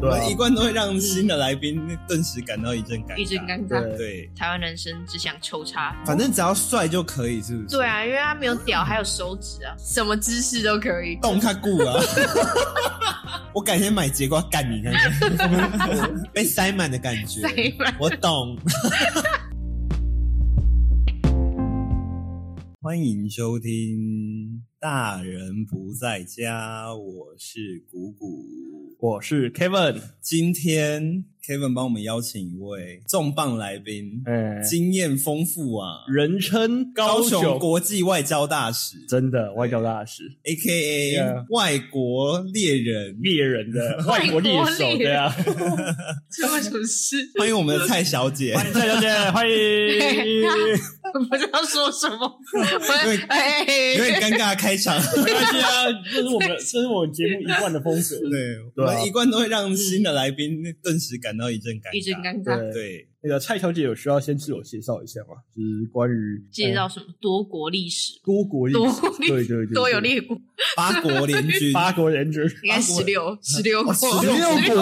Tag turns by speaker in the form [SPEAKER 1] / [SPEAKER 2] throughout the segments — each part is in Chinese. [SPEAKER 1] 对啊
[SPEAKER 2] 一贯都会让新的来宾顿时感到一阵尴尬。
[SPEAKER 3] 一阵尴尬。
[SPEAKER 1] 对啊
[SPEAKER 2] 对，
[SPEAKER 3] 台湾男生只想抽插。
[SPEAKER 2] 反正只要帅就可以，是不是？
[SPEAKER 3] 对，啊，因为他没有
[SPEAKER 1] 嗯
[SPEAKER 3] 屌，还有手指啊，什么姿势都可以。
[SPEAKER 2] 动他顾啊！ 我改天买节瓜干你看 看，被塞满的感觉
[SPEAKER 3] 塞满。
[SPEAKER 2] 我 懂。欢迎收听《大人不在家》，我是谷谷。
[SPEAKER 1] 我是 Kevin，
[SPEAKER 2] 今天 Kevin 帮我们邀请一位重磅来宾，
[SPEAKER 1] 哎，
[SPEAKER 2] 经验丰富啊，
[SPEAKER 1] 人称
[SPEAKER 2] 高
[SPEAKER 1] 高
[SPEAKER 2] 雄国际外交大使
[SPEAKER 1] 真的外交大使，
[SPEAKER 2] ，A K A
[SPEAKER 1] Yeah
[SPEAKER 2] 外国猎人。
[SPEAKER 1] 猎人的 外国猎手，
[SPEAKER 3] 外国猎人
[SPEAKER 1] 对啊，
[SPEAKER 3] 这为什么事？
[SPEAKER 2] 欢迎我们的蔡小姐，
[SPEAKER 1] 欢迎蔡小姐，欢 迎，
[SPEAKER 3] 我不知道说什么。
[SPEAKER 2] 因为
[SPEAKER 3] 我 哎，
[SPEAKER 2] 有点尴尬的开 场。
[SPEAKER 1] 没关系啊，这是我们这是我们节目一贯的风格，
[SPEAKER 2] 对，我
[SPEAKER 1] 对啊
[SPEAKER 2] 们一贯都会让新的来宾顿时感到一阵尴尬。
[SPEAKER 3] 一阵尴尬。
[SPEAKER 1] 对，
[SPEAKER 2] 对，
[SPEAKER 1] 那个蔡小姐有需要先自我介绍一下吗？就是关于
[SPEAKER 3] 介
[SPEAKER 1] 哎
[SPEAKER 3] 绍什么多国历史？
[SPEAKER 1] 多国历
[SPEAKER 3] 多
[SPEAKER 1] 史，
[SPEAKER 3] 国历
[SPEAKER 1] 对对对，对
[SPEAKER 3] 多有，列国，
[SPEAKER 2] 八国联 军，
[SPEAKER 1] 八国联军。
[SPEAKER 3] 应该十六，十六国，
[SPEAKER 1] 十六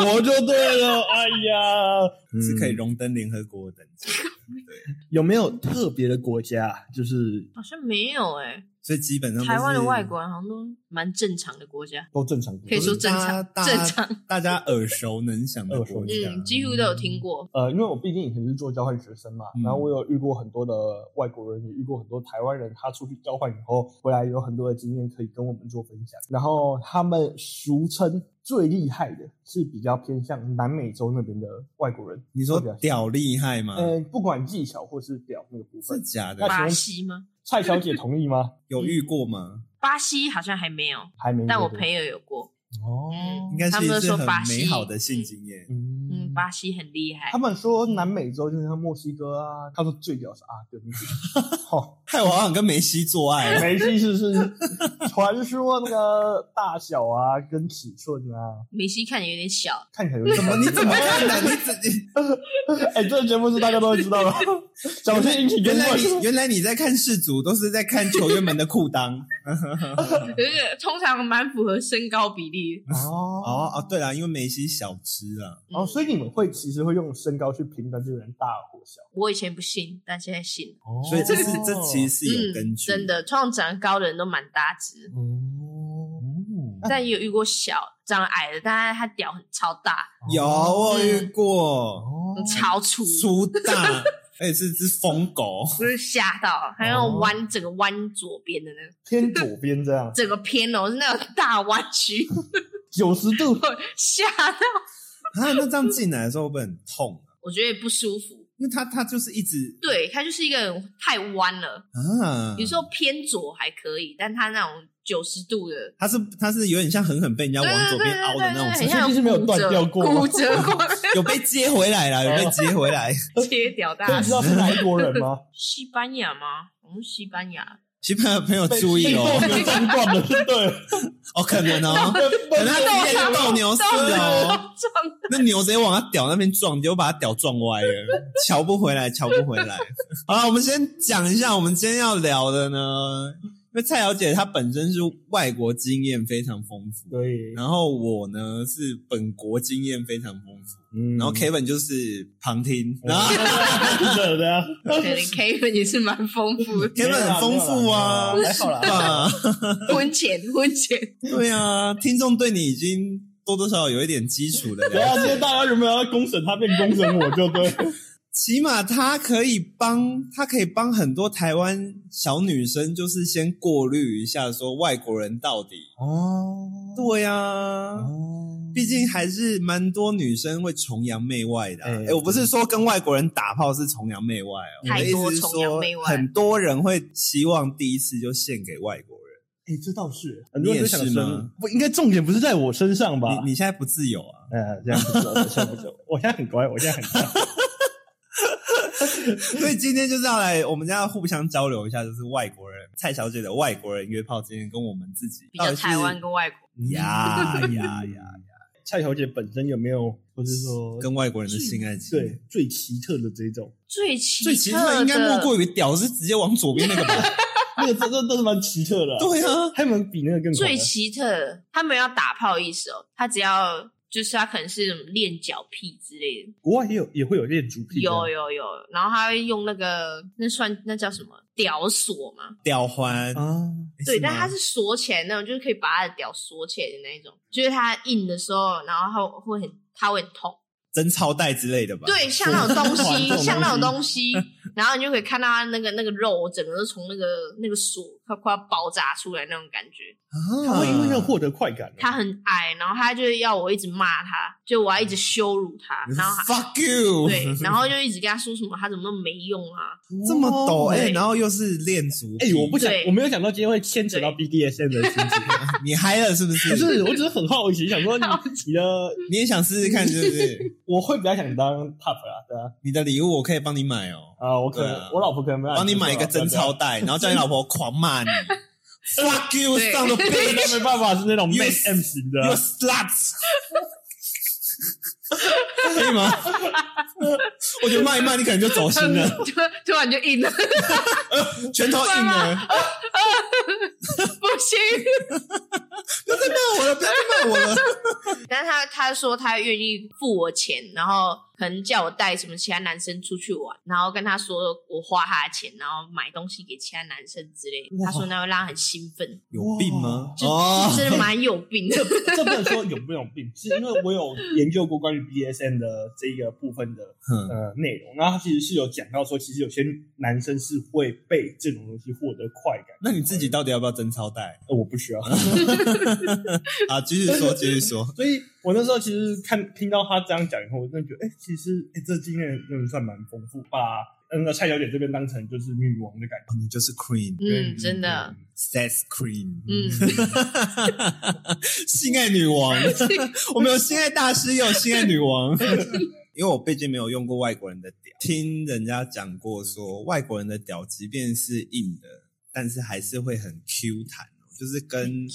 [SPEAKER 1] 国就对 了，哎呀，
[SPEAKER 2] 是可以
[SPEAKER 1] 嗯
[SPEAKER 2] 荣登联合国的等级。
[SPEAKER 3] 嗯
[SPEAKER 2] 对，
[SPEAKER 1] 有没有特别的国家？就是
[SPEAKER 3] 好像没有哎。
[SPEAKER 2] 所以基本上都是
[SPEAKER 3] 台湾的外国人好像都蛮正常的国家，
[SPEAKER 1] 都正常国家，
[SPEAKER 3] 可以说正常，
[SPEAKER 2] 大
[SPEAKER 3] 正
[SPEAKER 2] 大
[SPEAKER 3] 常。
[SPEAKER 2] 大家耳熟能详的国家，
[SPEAKER 3] 嗯，几乎都有听过。
[SPEAKER 1] 呃，因为我毕竟以前是做交换学生嘛，
[SPEAKER 2] 嗯
[SPEAKER 1] 然后我有遇过很多的外国人，也遇过很多台湾人，他出去交换以后回来有很多的经验可以跟我们做分享。然后他们俗称最厉害的是比较偏向南美洲那边的外国人，
[SPEAKER 2] 你
[SPEAKER 1] 会
[SPEAKER 2] 说
[SPEAKER 1] 比较像，
[SPEAKER 2] 屌厉害吗？
[SPEAKER 1] 呃，不管技巧或是表那个部
[SPEAKER 2] 是
[SPEAKER 1] 分，
[SPEAKER 2] 假的
[SPEAKER 1] 那？
[SPEAKER 3] 巴西吗？
[SPEAKER 1] 蔡小姐同意吗？
[SPEAKER 2] 有遇过吗？
[SPEAKER 3] 巴西好像还没有，
[SPEAKER 1] 还没，
[SPEAKER 3] 但我
[SPEAKER 1] 陪
[SPEAKER 3] 朋友有过。
[SPEAKER 1] 哦，
[SPEAKER 3] 嗯
[SPEAKER 2] 应该是
[SPEAKER 3] 他
[SPEAKER 2] 一
[SPEAKER 3] 们都
[SPEAKER 2] 次
[SPEAKER 3] 说
[SPEAKER 2] 很
[SPEAKER 3] 巴西
[SPEAKER 2] 美好的性经验。
[SPEAKER 3] 嗯，
[SPEAKER 1] 嗯
[SPEAKER 3] 巴西很厉害
[SPEAKER 1] 他。们说南美洲就是像墨西哥啊，他说最屌是阿根廷，哦
[SPEAKER 2] 害我好想跟梅西做 爱。
[SPEAKER 1] 没事，是是，传说那个大小啊，跟尺寸啊，
[SPEAKER 3] 梅西看起来有点小，
[SPEAKER 1] 看起来有点
[SPEAKER 2] 怎么？你怎么看的？你怎你
[SPEAKER 1] 哎、这个节目是大家都会 知道的，小心引起
[SPEAKER 2] 原
[SPEAKER 1] 争
[SPEAKER 2] 来你
[SPEAKER 1] 论。
[SPEAKER 2] 原来你在看世足，都是在看球员们的裤裆。
[SPEAKER 3] 有点呃通常蛮符合身高比例。
[SPEAKER 1] 哦
[SPEAKER 2] 哦哦，对啦，因为梅西小只啊，
[SPEAKER 3] 嗯
[SPEAKER 1] 哦，所以你们会其实会用身高去评断这个人大或小，
[SPEAKER 3] 我以前不信，但现在信了。嗯
[SPEAKER 1] 哦
[SPEAKER 2] 所以这是这其实是有根据，
[SPEAKER 3] 真。的，通常长得高的人都蛮大
[SPEAKER 1] 嗯
[SPEAKER 3] 只，
[SPEAKER 1] 哦，
[SPEAKER 3] 但也有遇过小长得矮的，但是他屌很超大，
[SPEAKER 2] 有我有遇过，
[SPEAKER 1] 哦
[SPEAKER 3] 超粗，
[SPEAKER 2] 粗 大，而且是只疯狗。
[SPEAKER 3] 就是吓到，还要
[SPEAKER 1] 哦
[SPEAKER 3] 弯整个弯左边的那个，
[SPEAKER 1] 偏左边这样，
[SPEAKER 3] 整个偏哦，是那种大弯曲，
[SPEAKER 1] 九十 度，
[SPEAKER 3] 我吓到，
[SPEAKER 2] 啊，那这样进来的时候会不会很痛啊？
[SPEAKER 3] 我觉得也不舒服。
[SPEAKER 2] 因为它它就是一直
[SPEAKER 3] 对，它就是一个太弯了，
[SPEAKER 2] 啊，
[SPEAKER 1] 嗯
[SPEAKER 3] 有时候偏左还可以，但它那种九十度的，
[SPEAKER 2] 它是它是有点像狠狠被人家
[SPEAKER 3] 对
[SPEAKER 2] 往
[SPEAKER 3] 对
[SPEAKER 2] 左
[SPEAKER 3] 对
[SPEAKER 2] 边凹的那
[SPEAKER 3] 对对对
[SPEAKER 2] 种，
[SPEAKER 3] 很像
[SPEAKER 1] 所以就是没有断掉过吗
[SPEAKER 3] 骨折过，
[SPEAKER 2] 有被接回来了，有被接回来。
[SPEAKER 3] 切掉大
[SPEAKER 1] 可以
[SPEAKER 3] 家
[SPEAKER 1] 知。道是哪一国人吗？
[SPEAKER 3] 西班牙吗？我们西班牙，
[SPEAKER 2] 西班牙朋友
[SPEAKER 1] 被
[SPEAKER 2] 注意哦，
[SPEAKER 1] 被撞断的，对，
[SPEAKER 2] 哦，可能 哦，可
[SPEAKER 1] 可
[SPEAKER 2] 能他直接斗牛士哦，
[SPEAKER 3] 撞到
[SPEAKER 2] 那牛直接往他屌那边撞，结果把他屌撞歪了，瞧不回来，瞧不回来。 好了，我们先讲一下我们今天要聊的呢，因为蔡小姐她本身是外国经验非常丰富，
[SPEAKER 1] 对，
[SPEAKER 2] 然后我呢是本国经验非常丰富，
[SPEAKER 1] 嗯
[SPEAKER 2] 然后 Kevin 就是旁听，然后
[SPEAKER 1] 啊，是的啊，
[SPEAKER 3] 对对，Kevin 也是蛮丰富的，
[SPEAKER 2] Kevin 很丰富啊
[SPEAKER 1] 没有啦没有啦还好啦，
[SPEAKER 2] 啊，
[SPEAKER 3] 婚前婚前，
[SPEAKER 2] 对啊，听众对你已经多多少少有一点基础的
[SPEAKER 1] 不要今
[SPEAKER 2] 了
[SPEAKER 1] 天
[SPEAKER 2] 解，
[SPEAKER 1] 大家有没有要公审他变公审我就对，
[SPEAKER 2] 起码他可以帮，他可以帮很多台湾小女生，就是先过滤一下，说外国人到底。
[SPEAKER 1] 哦，
[SPEAKER 2] 对呀、啊，
[SPEAKER 1] 哦
[SPEAKER 2] 毕竟还是蛮多女生会崇洋媚外的、啊。哎、
[SPEAKER 1] 哎
[SPEAKER 2] 我不是说跟外国人打炮是崇洋媚外哦，
[SPEAKER 3] 太多
[SPEAKER 2] 我的意思是
[SPEAKER 3] 崇洋
[SPEAKER 2] 说
[SPEAKER 3] 媚外
[SPEAKER 2] 很多人会希望第一次就献给外国人。
[SPEAKER 1] 哎，这倒是，很
[SPEAKER 2] 你
[SPEAKER 1] 多人
[SPEAKER 2] 也
[SPEAKER 1] 都想
[SPEAKER 2] 是吗
[SPEAKER 1] 生，不应该重点不是在我身上吧？
[SPEAKER 2] 你你现在不自由 啊？
[SPEAKER 1] 呃，这样不走，这样不走，我现在很乖，我现在很乖，
[SPEAKER 2] 所以今天就是要来，我们要互相交流一下，就是外国人蔡小姐的外国人约炮经验，跟我们自己
[SPEAKER 3] 比较台
[SPEAKER 2] 到
[SPEAKER 3] 湾
[SPEAKER 2] 底
[SPEAKER 3] 跟外国，
[SPEAKER 2] 是呀呀呀，
[SPEAKER 1] 蔡小姐本身有没有，或是说
[SPEAKER 2] 跟外国人的性爱经验
[SPEAKER 1] 对最奇特的这种，
[SPEAKER 3] 最奇
[SPEAKER 2] 最奇特
[SPEAKER 3] 特
[SPEAKER 2] 应该莫
[SPEAKER 3] 的，
[SPEAKER 2] 过于屌是直接往左边那个 吧？
[SPEAKER 1] 那个这这这是蛮奇特的啊，
[SPEAKER 2] 对啊，
[SPEAKER 1] 还有没有比那个更狂
[SPEAKER 3] 最
[SPEAKER 1] 的
[SPEAKER 3] 奇特的，他没有要打炮意思哦，他只要就是他可能是练脚癖之类的，
[SPEAKER 1] 国外也有也会有恋足癖的，
[SPEAKER 3] 有有有，然后他会用那个那算那叫什么屌锁嘛？
[SPEAKER 2] 吊环，
[SPEAKER 1] 啊，
[SPEAKER 2] 诶
[SPEAKER 3] 对，
[SPEAKER 2] 是吗
[SPEAKER 3] 但它是锁起来那种，就是可以把它的屌锁起来的那一种，就是它硬的时候，然后它会很它会很痛，
[SPEAKER 2] 贞操带之类的吧？
[SPEAKER 3] 对，像那种东
[SPEAKER 1] 这
[SPEAKER 3] 西
[SPEAKER 1] 种，东西
[SPEAKER 3] 像那种东西，然后你就可以看到它那个那个肉整个都从那个那个锁快快要爆炸出来那种感觉，
[SPEAKER 2] 啊，
[SPEAKER 1] 他会因为这个获得快感哦。
[SPEAKER 3] 他很矮，然后他就要我一直骂他，就我要一直羞辱他，然后他
[SPEAKER 2] fuck you，
[SPEAKER 3] 对，然后就一直跟他说什么他怎么那么没用啊，
[SPEAKER 2] 这么抖
[SPEAKER 1] 哇
[SPEAKER 2] 哎、
[SPEAKER 3] 对
[SPEAKER 2] 然后又是恋足，
[SPEAKER 1] 哦哎、我不想
[SPEAKER 3] 对，
[SPEAKER 1] 我没有想到今天会牵扯到 BDSM 的心情。
[SPEAKER 2] 你嗨了是不是？
[SPEAKER 1] 不是，我只是很好奇，想说你自己的，
[SPEAKER 2] 你也想试试看是不是？
[SPEAKER 1] 我会比较想当 top 啦，对啊，
[SPEAKER 2] 你的礼物我可以帮你买哦，
[SPEAKER 1] 啊，我可能、
[SPEAKER 2] 对啊
[SPEAKER 1] 我老婆可能没有
[SPEAKER 2] 帮你买一
[SPEAKER 1] 对
[SPEAKER 2] 个
[SPEAKER 1] 啊
[SPEAKER 2] 贞操带，然后叫你老婆狂骂 你，fuck you，
[SPEAKER 3] 对
[SPEAKER 2] 上 了
[SPEAKER 1] 对啊
[SPEAKER 2] bitch，you
[SPEAKER 1] 那没办法是那种
[SPEAKER 2] You-
[SPEAKER 1] man M 型的啊，
[SPEAKER 2] slut，可以 吗？我觉得骂一骂你可能就走心啊了，
[SPEAKER 3] 突突然 就硬了，
[SPEAKER 2] 拳头硬了，
[SPEAKER 3] 不行。
[SPEAKER 2] 不要再骂我了，不要再骂我了。
[SPEAKER 3] 但是他他说他愿意付我钱，然后可能叫我带什么其他男生出去玩，然后跟他说我花他的钱，然后买东西给其他男生之类的。
[SPEAKER 1] 哇
[SPEAKER 3] 他说那会让他很兴奋，
[SPEAKER 2] 有病吗？
[SPEAKER 3] 就、
[SPEAKER 2] 哦
[SPEAKER 3] 就，真的蛮有病的。嗯
[SPEAKER 1] 这不能说有没有病，是因为我有研究过关于 BDSM 的这个部分的
[SPEAKER 2] 哼
[SPEAKER 1] 呃内容，那它其实是有讲到说，其实有些男生是会被这种东西获得快感。
[SPEAKER 2] 那你自己到底要不要贞操带？
[SPEAKER 1] 呃我不需要，
[SPEAKER 2] 啊，继续说，继续 说。
[SPEAKER 1] 所以我那时候其实看听到他这样讲以后，我真的觉得，哎、其实哎、这经验真的算蛮丰富，把那个蔡小姐这边当成就是女王的感觉。
[SPEAKER 2] 你就是 queen，sex
[SPEAKER 3] 嗯，真的，
[SPEAKER 2] queen，
[SPEAKER 3] 嗯，
[SPEAKER 2] 性爱女王，我们有性爱大师，也有性爱女王。因为我毕竟没有用过外国人的屌，听人家讲过说，外国人的屌即便是硬的，但是还是会很 Q 弹哦，就是跟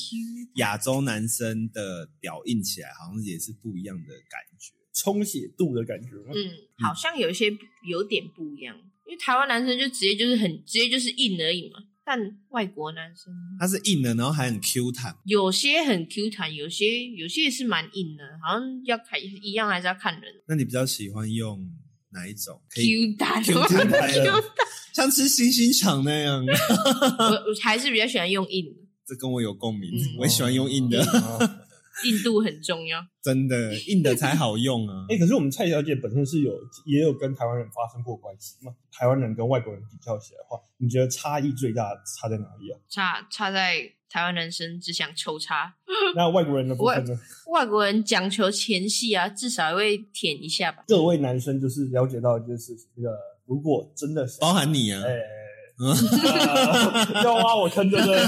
[SPEAKER 2] 亚洲男生的屌硬起来，好像也是不一样的感觉。
[SPEAKER 1] 充血度的感觉吗？
[SPEAKER 3] 嗯，好像有一些有点不一样，因为台湾男生就直接就是很直接就是硬而已嘛，但外国男生
[SPEAKER 2] 它是硬的，然后还很 Q 弹，
[SPEAKER 3] 有些很 Q 弹，有些有些也是蛮硬的，好像要看一样还是要看人。
[SPEAKER 2] 那你比较喜欢用哪一种？可以
[SPEAKER 3] Q 弹
[SPEAKER 2] Q 弹来了
[SPEAKER 3] Q
[SPEAKER 2] 像吃星星肠那样，
[SPEAKER 3] 我我还是比较喜欢用硬的，
[SPEAKER 2] 这跟我有共鸣，
[SPEAKER 3] 嗯
[SPEAKER 2] 我也喜欢用硬的。
[SPEAKER 1] 哦
[SPEAKER 3] 硬度很重要。
[SPEAKER 2] 真的硬的才好用 啊！
[SPEAKER 1] 哎、可是我们蔡小姐本身是有也有跟台湾人发生过关系嘛？台湾人跟外国人比较起来的话，你觉得差异最大差在哪里啊？
[SPEAKER 3] 差差在台湾男生只想抽插，
[SPEAKER 1] 那外国人的部分呢？
[SPEAKER 3] 外国人讲求前戏啊，至少会舔一下吧。
[SPEAKER 1] 各位男生就是了解到一件事情，这个如果真的想，
[SPEAKER 2] 包含你啊
[SPEAKER 1] 哎、，
[SPEAKER 2] 嗯
[SPEAKER 1] 呃要挖我坑对不对？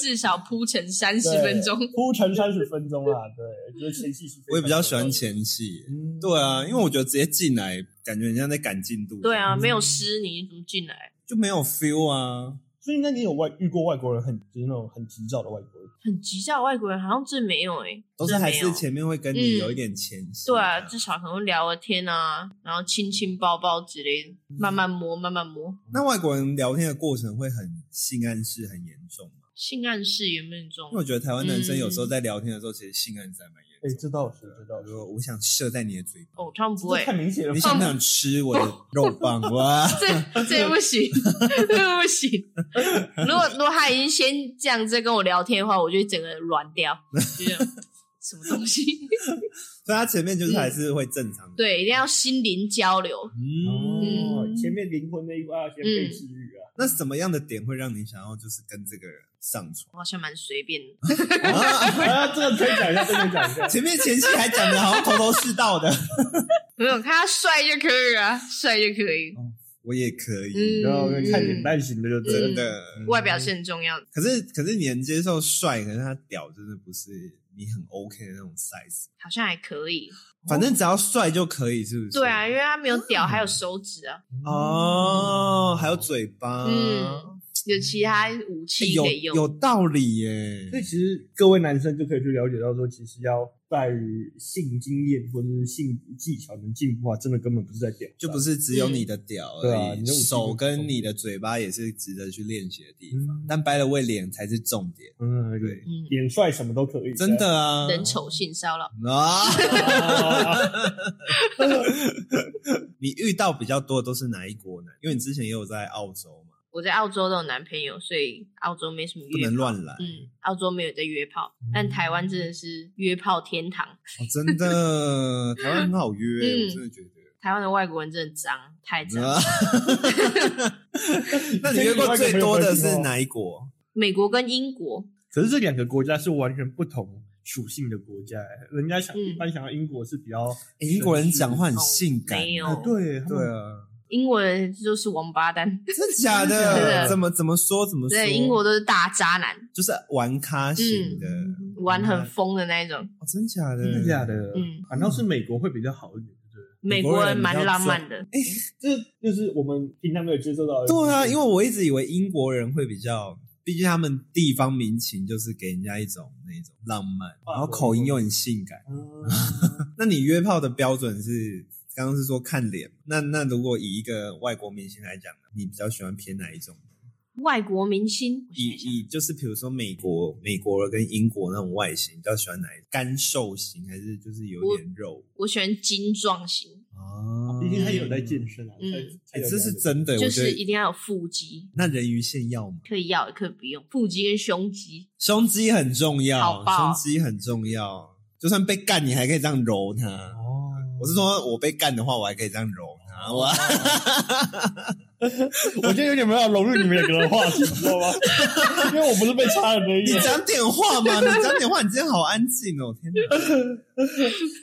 [SPEAKER 3] 至少铺成三十
[SPEAKER 1] 对
[SPEAKER 3] 分钟。
[SPEAKER 1] 铺成三十分钟啦，对，就是前戏是。
[SPEAKER 2] 我也比较喜欢，前戏。
[SPEAKER 1] 嗯，
[SPEAKER 2] 对啊，因为我觉得直接进来，感觉人家在赶进度。
[SPEAKER 3] 对啊，没有湿你怎么进来？
[SPEAKER 2] 就没有 feel 啊。
[SPEAKER 1] 所以那你有外遇过外国人很就是那种很急躁的外国人？
[SPEAKER 3] 很急躁，外国人好像真没有哎、欸，
[SPEAKER 2] 都是
[SPEAKER 3] 真
[SPEAKER 2] 还
[SPEAKER 3] 没有
[SPEAKER 2] 是前面会跟你有一点前戏、
[SPEAKER 3] 对啊，至少可能会聊个天啊，然后亲亲抱抱之类的，慢慢摸，慢慢摸。
[SPEAKER 2] 那外国人聊天的过程会很性暗示很严重吗？
[SPEAKER 3] 性暗示有没有重
[SPEAKER 2] 因为？我觉得台湾男生有时候在聊天的时候，其实性暗示还蛮严
[SPEAKER 1] 哎、
[SPEAKER 2] 重的。
[SPEAKER 1] 这倒是，这倒
[SPEAKER 2] 比
[SPEAKER 1] 是
[SPEAKER 2] 如，说我想射在你的嘴巴，
[SPEAKER 3] 哦，他们不会
[SPEAKER 1] 这，太明显了
[SPEAKER 2] 你
[SPEAKER 1] 吧。
[SPEAKER 2] 想不想吃我的肉棒？哇！
[SPEAKER 3] 这这不行， 这不行。如果如果他已经先这样在跟我聊天的话，我就整个软掉，就这样什么东西？
[SPEAKER 2] 所以他前面就是还是会正常的。
[SPEAKER 3] 对，一定要心灵交流。
[SPEAKER 1] 哦，
[SPEAKER 3] 嗯
[SPEAKER 1] 前面灵魂那一块要先被治愈啊。
[SPEAKER 2] 那什么样的点会让你想要就是跟这个人上床？
[SPEAKER 3] 我好像蛮随便的，
[SPEAKER 2] 啊
[SPEAKER 1] 啊，这个可以讲一下，这个可以讲一下。
[SPEAKER 2] 前面前期还讲的好像头头是道的，
[SPEAKER 3] 没有看他帅就可以啊，帅就可以。
[SPEAKER 2] 我也可 以，
[SPEAKER 3] 嗯
[SPEAKER 1] 然后看脸蛋型的就对了
[SPEAKER 2] 真的。
[SPEAKER 3] 外表是很重要的。
[SPEAKER 2] 可是可是你能接受帅，可是他屌真的不是你很 OK 的那种 size，
[SPEAKER 3] 好像还可以，
[SPEAKER 2] 反正只要帅就可以，是不是？
[SPEAKER 3] 哦对啊，因
[SPEAKER 1] 嗯
[SPEAKER 3] 为他没有屌，还有手指啊，
[SPEAKER 2] 嗯哦，还有嘴巴，
[SPEAKER 3] 嗯，有其他武器
[SPEAKER 2] 哎有
[SPEAKER 3] 可以用。
[SPEAKER 2] 有道理耶、
[SPEAKER 1] 所以其实各位男生就可以去了解到说，其实要在于性经验或者是性技巧能进步啊，真的根本不是在屌，
[SPEAKER 2] 就不。是只嗯有你的屌而已，
[SPEAKER 1] 对啊你的武器
[SPEAKER 2] 手
[SPEAKER 1] 就是
[SPEAKER 2] 跟
[SPEAKER 1] 手
[SPEAKER 2] 你的嘴巴也是值得去练习的地方。
[SPEAKER 1] 嗯，
[SPEAKER 2] 但掰了位脸才是重点，
[SPEAKER 1] 嗯，
[SPEAKER 2] 对
[SPEAKER 1] 对，
[SPEAKER 3] 嗯，
[SPEAKER 1] 脸帅什么都可以，
[SPEAKER 2] 真的啊，
[SPEAKER 3] 人丑性骚扰，
[SPEAKER 2] 啊！
[SPEAKER 1] 啊。
[SPEAKER 2] 你遇到比较多的都是哪一国呢？因为你之前也有在澳洲嘛，
[SPEAKER 3] 我在澳洲都有男朋友，所以澳洲没什么
[SPEAKER 2] 不
[SPEAKER 3] 约
[SPEAKER 2] 能
[SPEAKER 3] 炮。
[SPEAKER 2] 乱来。
[SPEAKER 3] 嗯，澳洲没有在约炮，但台湾
[SPEAKER 2] 嗯
[SPEAKER 3] 真的是约炮天堂。
[SPEAKER 2] 哦、真的，台湾很好约、
[SPEAKER 3] 嗯
[SPEAKER 2] 我真的觉得。
[SPEAKER 3] 台湾的外国人真的脏，太脏。
[SPEAKER 2] 啊 那你约过最多的
[SPEAKER 1] 哦
[SPEAKER 2] 是哪一国？
[SPEAKER 3] 美国跟英国，
[SPEAKER 1] 可是这两个国家是完全不同属性的国家、欸，人家想、
[SPEAKER 3] 嗯
[SPEAKER 1] 一般想要英国是比较、
[SPEAKER 2] 诶英国人讲话很性感，哎
[SPEAKER 3] 哦没有
[SPEAKER 1] 啊，对他们
[SPEAKER 2] 对啊，
[SPEAKER 3] 英国人就是王八蛋，
[SPEAKER 2] 真的假
[SPEAKER 1] 真
[SPEAKER 2] 的？
[SPEAKER 3] 的
[SPEAKER 2] 怎么怎么说怎么说？
[SPEAKER 3] 对，英国都是大渣男，
[SPEAKER 2] 就是玩咖型的，
[SPEAKER 1] 嗯
[SPEAKER 3] 玩很疯的那一种。
[SPEAKER 2] 哦，真假的？
[SPEAKER 1] 真的假？的？
[SPEAKER 3] 嗯，
[SPEAKER 1] 反倒是美国会比较好一点，对不
[SPEAKER 3] 美
[SPEAKER 2] 国
[SPEAKER 3] 国
[SPEAKER 2] 人
[SPEAKER 3] 人
[SPEAKER 2] 比较
[SPEAKER 3] 蛮浪漫的，
[SPEAKER 1] 对？这就是我们平常没有接受到的。
[SPEAKER 2] 对啊，因为我一直以为英国人会比较，毕竟他们地方民情就是给人家一种那种浪漫，
[SPEAKER 1] 啊
[SPEAKER 2] 然后口音又很性感。
[SPEAKER 1] 嗯
[SPEAKER 2] 那你约炮的标准是？刚刚是说看脸，那那如果以一个外国明星来讲呢，你比较喜欢偏哪一种？
[SPEAKER 3] 外国明星。我
[SPEAKER 2] 以
[SPEAKER 3] 想一想
[SPEAKER 2] 以就是比如说美国美国跟英国那种外形，比较喜欢哪一种？干瘦型还是就是有点肉
[SPEAKER 3] 我喜欢精壮型，
[SPEAKER 2] 啊
[SPEAKER 1] 哦毕竟他有在健身啊，
[SPEAKER 3] 嗯
[SPEAKER 1] 才才
[SPEAKER 2] 哎、
[SPEAKER 1] 有
[SPEAKER 2] 这是
[SPEAKER 1] 了解
[SPEAKER 2] 真的，
[SPEAKER 3] 就
[SPEAKER 2] 我觉
[SPEAKER 3] 是
[SPEAKER 2] 得
[SPEAKER 3] 一定要有腹肌，
[SPEAKER 2] 那人鱼线要吗？
[SPEAKER 3] 可以要也可以不用，腹肌跟胸肌。
[SPEAKER 2] 胸肌很重要，
[SPEAKER 3] 好
[SPEAKER 2] 胸
[SPEAKER 3] 爆
[SPEAKER 2] 肌很重要。就算被干，你还可以这样揉它。
[SPEAKER 1] 哦。
[SPEAKER 2] 我是说，我被干的话，我还可以这样揉它。我
[SPEAKER 1] 我觉得有点没有融入你们两个的话题，你知道吗？ 因为我不是被插的那一
[SPEAKER 2] 你
[SPEAKER 1] 个。
[SPEAKER 2] 讲点话嘛，你讲点话，你今天好安静哦，天哪！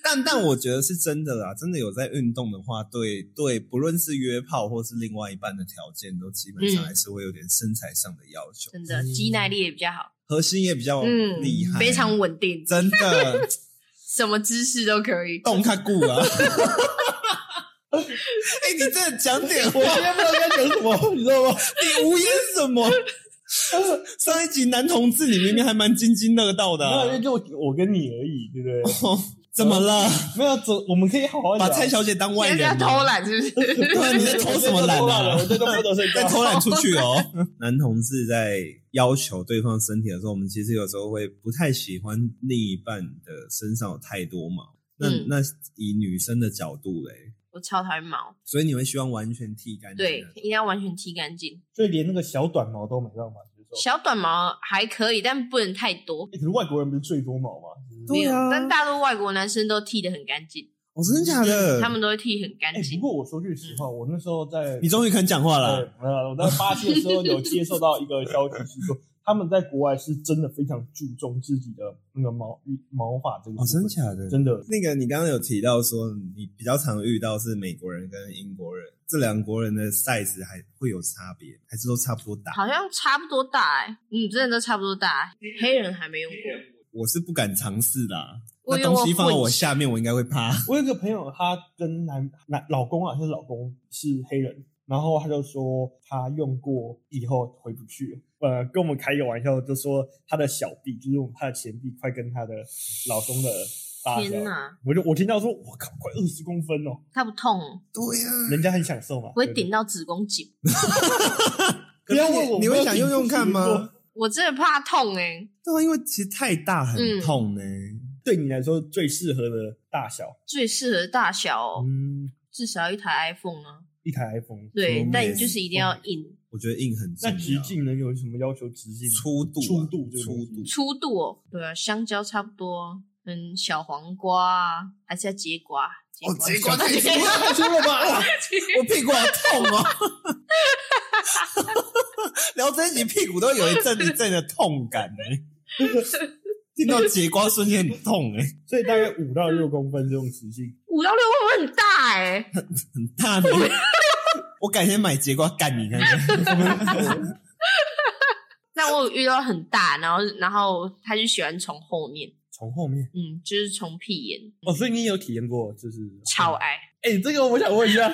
[SPEAKER 2] 但但我觉得是真的啦，真的有在运动的话，对对，不论是约炮或是另外一半的条件，都基本上
[SPEAKER 3] 嗯
[SPEAKER 2] 还是会有点身材上的要求，
[SPEAKER 3] 真的
[SPEAKER 1] 嗯
[SPEAKER 3] 肌耐力也比较好，
[SPEAKER 2] 核心也比较
[SPEAKER 3] 嗯
[SPEAKER 2] 哦厉害，
[SPEAKER 3] 非常稳定，
[SPEAKER 2] 真的
[SPEAKER 3] 什么姿势都可以。
[SPEAKER 2] 动它固啊。 哎、你真的讲点话
[SPEAKER 1] 我。今天不知道该讲什么，你知道吗？
[SPEAKER 2] 你无言什么？上一集男同志，你明明还蛮津津乐道的
[SPEAKER 1] 没
[SPEAKER 2] 啊、
[SPEAKER 1] 有，因为就我跟你而已，对不对？
[SPEAKER 2] 哦怎么了？
[SPEAKER 1] 没有，走，我们可以好好
[SPEAKER 2] 把
[SPEAKER 1] 讲。
[SPEAKER 2] 蔡小姐当外
[SPEAKER 3] 现在
[SPEAKER 2] 人
[SPEAKER 3] 是要偷
[SPEAKER 2] 吗？
[SPEAKER 3] 懒是不是？
[SPEAKER 2] 对， 你在偷什么懒啊？
[SPEAKER 1] 我在偷懒，我 在
[SPEAKER 2] 在
[SPEAKER 1] 偷
[SPEAKER 2] 偷懒出去哦。男同志在要求对方身体的时候，我们其实有时候会不太喜欢另一半的身上有太多毛。那、
[SPEAKER 3] 嗯
[SPEAKER 2] 那以女生的角度嘞，
[SPEAKER 3] 我超讨厌毛，
[SPEAKER 2] 所以你会希望完全剃干净。啊
[SPEAKER 3] 对，一定要完全剃干净。
[SPEAKER 1] 所以连那个小短毛都没办法接
[SPEAKER 2] 哦
[SPEAKER 1] 受。
[SPEAKER 3] 小短毛还可以，但不能太多。
[SPEAKER 1] 欸可是外国人不是最多毛吗？
[SPEAKER 2] 对啊
[SPEAKER 3] 没有但大多外国男生都剃得很干净，
[SPEAKER 2] 哦，真的假的？
[SPEAKER 3] 他们都会剃很
[SPEAKER 1] 哎、
[SPEAKER 3] 干净
[SPEAKER 1] 不。过我说句实话，我那时候在
[SPEAKER 2] 你终于肯讲话了啊、
[SPEAKER 1] 对，没有，我在巴西的时候有接受到一个消息，是说 他们在国外是真的非常注重自己的那个毛毛发这个部
[SPEAKER 2] 哦，
[SPEAKER 1] 分。
[SPEAKER 2] 真的假的？
[SPEAKER 1] 真的，
[SPEAKER 2] 那个你刚刚有提到说，你比较常遇到是美国人跟英国人，这两国人的 size 还会有差别，还是都差不多大？
[SPEAKER 3] 好像差不多大哎、嗯，真的都差不多大、欸。黑人还没用过，
[SPEAKER 2] 我是不敢尝试啦。
[SPEAKER 3] 我
[SPEAKER 2] 那
[SPEAKER 3] 用
[SPEAKER 2] 东
[SPEAKER 3] 过
[SPEAKER 2] 西放到我
[SPEAKER 3] 混
[SPEAKER 2] 下面，我应该会趴。
[SPEAKER 1] 我有一个朋友，他跟男男老公啊，他是老公是黑人，然后他就说他用过以后回不去了。呃，跟我们开一个玩笑，就说他的小臂，就是我们他的前臂，快跟他的老公的大小
[SPEAKER 3] 天。哪，
[SPEAKER 1] 我就我听到说，我靠，快二十公分哦，
[SPEAKER 3] 它不痛哦，
[SPEAKER 2] 对啊呀、
[SPEAKER 1] 人家很享受嘛。
[SPEAKER 3] 不会
[SPEAKER 1] 对
[SPEAKER 3] 顶到子宫颈。
[SPEAKER 1] 不要问我
[SPEAKER 2] 你
[SPEAKER 1] 我没
[SPEAKER 2] 会
[SPEAKER 1] 有
[SPEAKER 2] 想
[SPEAKER 1] 顶
[SPEAKER 2] 用用看
[SPEAKER 1] 过
[SPEAKER 2] 吗？
[SPEAKER 3] 我真的怕痛哎、
[SPEAKER 2] 对啊，因为其实太大很
[SPEAKER 3] 嗯
[SPEAKER 2] 痛呢、
[SPEAKER 1] 对你来说最适合的大小，
[SPEAKER 3] 最适合大小哦，
[SPEAKER 1] 嗯，
[SPEAKER 3] 至少一台 iPhone 啊。
[SPEAKER 1] 一台 iPhone。
[SPEAKER 3] 对
[SPEAKER 2] 嗯，
[SPEAKER 3] 但你就是一定要硬
[SPEAKER 2] 我觉得硬很重
[SPEAKER 1] 那
[SPEAKER 2] 要。
[SPEAKER 1] 直径能有什么要求？直径、
[SPEAKER 2] 粗度啊、
[SPEAKER 1] 粗度这个
[SPEAKER 2] 粗
[SPEAKER 1] 东西
[SPEAKER 2] 度。
[SPEAKER 3] 粗度哦。对啊，香蕉差不多啊，嗯，小黄瓜啊，还是要结瓜。结
[SPEAKER 2] 哦，结果
[SPEAKER 3] 瓜
[SPEAKER 2] 太粗了太粗了 吧！我屁股好痛哦。 聊这一集屁股都有一阵一阵的痛感呢、听 到节瓜瞬间很痛哎、
[SPEAKER 1] 所以大概
[SPEAKER 3] 嗯
[SPEAKER 1] 五到六公分这种直径。
[SPEAKER 3] 五到六会不会很大哎、
[SPEAKER 2] 很 大呢。 我改天买节瓜干你看 看。
[SPEAKER 3] 那我有遇到很大，然后然后他就喜欢从后面，
[SPEAKER 1] 从后面
[SPEAKER 3] 嗯，就是从屁眼，
[SPEAKER 1] 哦哦，所以你有体验过，就是
[SPEAKER 3] 嗯超，爱。
[SPEAKER 1] 哎、这个我想问一下，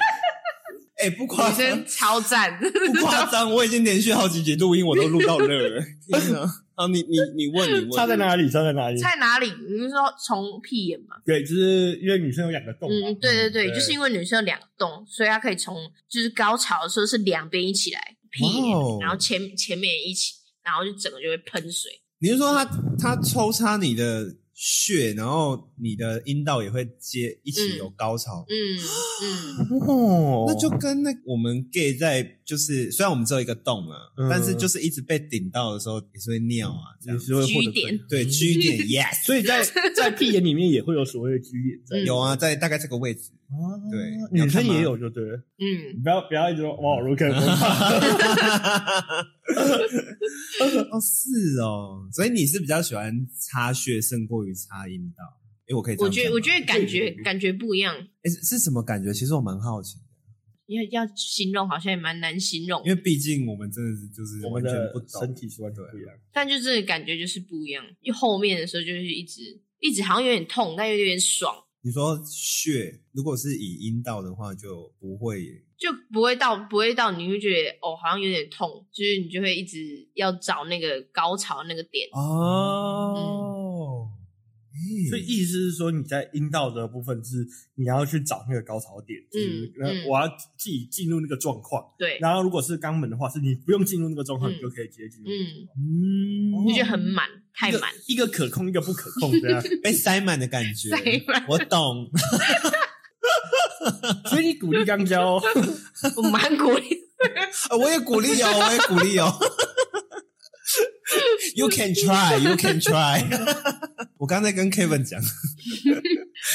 [SPEAKER 2] 哎、不夸
[SPEAKER 3] 女
[SPEAKER 2] 张
[SPEAKER 3] 生，超赞，
[SPEAKER 2] 不夸张，我已经连续好几集录音，我都录到 热了。天 哪！啊，你你你问你问，
[SPEAKER 1] 差在哪里？差在哪里？
[SPEAKER 3] 在哪里？你是说从屁眼吗？
[SPEAKER 1] 对，就是因为女生有两个洞嘛。
[SPEAKER 3] 嗯，对对对，
[SPEAKER 1] 哦对
[SPEAKER 3] 就是因为女生有两个洞，所以她可以从就是高潮的时候是两边一起来屁眼
[SPEAKER 2] 哇哦
[SPEAKER 3] 然后前前面也一起，然后就整个就会喷水。
[SPEAKER 2] 你是说他他抽插你的血，然后你的阴道也会接一起有高潮？
[SPEAKER 3] 嗯 嗯，
[SPEAKER 1] 哦
[SPEAKER 2] 那就跟那我们 gay 在就是，虽然我们只有一个洞啊，
[SPEAKER 1] 嗯
[SPEAKER 2] 但是就是一直被顶到的时候也是会尿啊，这
[SPEAKER 1] 你
[SPEAKER 2] 样
[SPEAKER 1] 是会获
[SPEAKER 3] 居
[SPEAKER 1] 得
[SPEAKER 3] 点
[SPEAKER 2] 对 G 点 yes，
[SPEAKER 1] 所以在在屁眼里面也会有所谓的居 点在。
[SPEAKER 3] 嗯
[SPEAKER 2] 有啊，在大概这个位置，
[SPEAKER 1] 啊
[SPEAKER 2] 对
[SPEAKER 1] 女
[SPEAKER 2] 你要看
[SPEAKER 1] 生
[SPEAKER 2] 吗
[SPEAKER 1] 也有就对了，
[SPEAKER 3] 嗯，
[SPEAKER 1] 你不要不要一直说哇我入坑，我 嗯
[SPEAKER 2] 哦是哦，所以你是比较喜欢插血胜过于插阴道，因为我可以这
[SPEAKER 3] 我
[SPEAKER 2] 样
[SPEAKER 3] 觉
[SPEAKER 2] 讲嗯
[SPEAKER 3] 得
[SPEAKER 2] 吗，
[SPEAKER 3] 我觉得感觉
[SPEAKER 1] 对对
[SPEAKER 3] 感觉不一样，
[SPEAKER 2] 诶是是什么感觉？其实我蛮好奇的，
[SPEAKER 3] 要要形容好像也蛮难形容
[SPEAKER 2] 因，为毕竟我们真的是就是
[SPEAKER 1] 我
[SPEAKER 2] 完
[SPEAKER 1] 们
[SPEAKER 2] 全
[SPEAKER 1] 的
[SPEAKER 2] 不懂啊
[SPEAKER 1] 身体是完全不一样。
[SPEAKER 3] 但就这个感觉就是不一样。一后面的时候就是一直一直好像有点痛，但又有点爽，
[SPEAKER 2] 你说血，如果是以阴道的话，就不会
[SPEAKER 3] 就不会到不会到你会觉得哦好像有点痛，就是你就会一直要找那个高潮那个点。
[SPEAKER 2] 哦。
[SPEAKER 1] 哦所以意思是说，你在阴道的部分是你要去找那个高潮点，就是
[SPEAKER 3] 嗯嗯
[SPEAKER 1] 呃我要自己进入那个状况。
[SPEAKER 3] 对，
[SPEAKER 1] 然后如果是肛门的话，是你不用进入那个状况，
[SPEAKER 3] 嗯
[SPEAKER 1] 你就可以直接进入。
[SPEAKER 3] 嗯，
[SPEAKER 2] 嗯
[SPEAKER 3] 就觉得很满，太满。
[SPEAKER 1] 一个可控，一个不可控，这 样。
[SPEAKER 2] 被塞满的感觉
[SPEAKER 3] 塞满，
[SPEAKER 2] 我 懂。
[SPEAKER 1] 所以你鼓励肛交 哦，
[SPEAKER 3] 我 蛮鼓励，
[SPEAKER 2] 呃我也鼓励哦，我也鼓励哦。You can try, you can try 。 我刚才跟 Kevin 讲，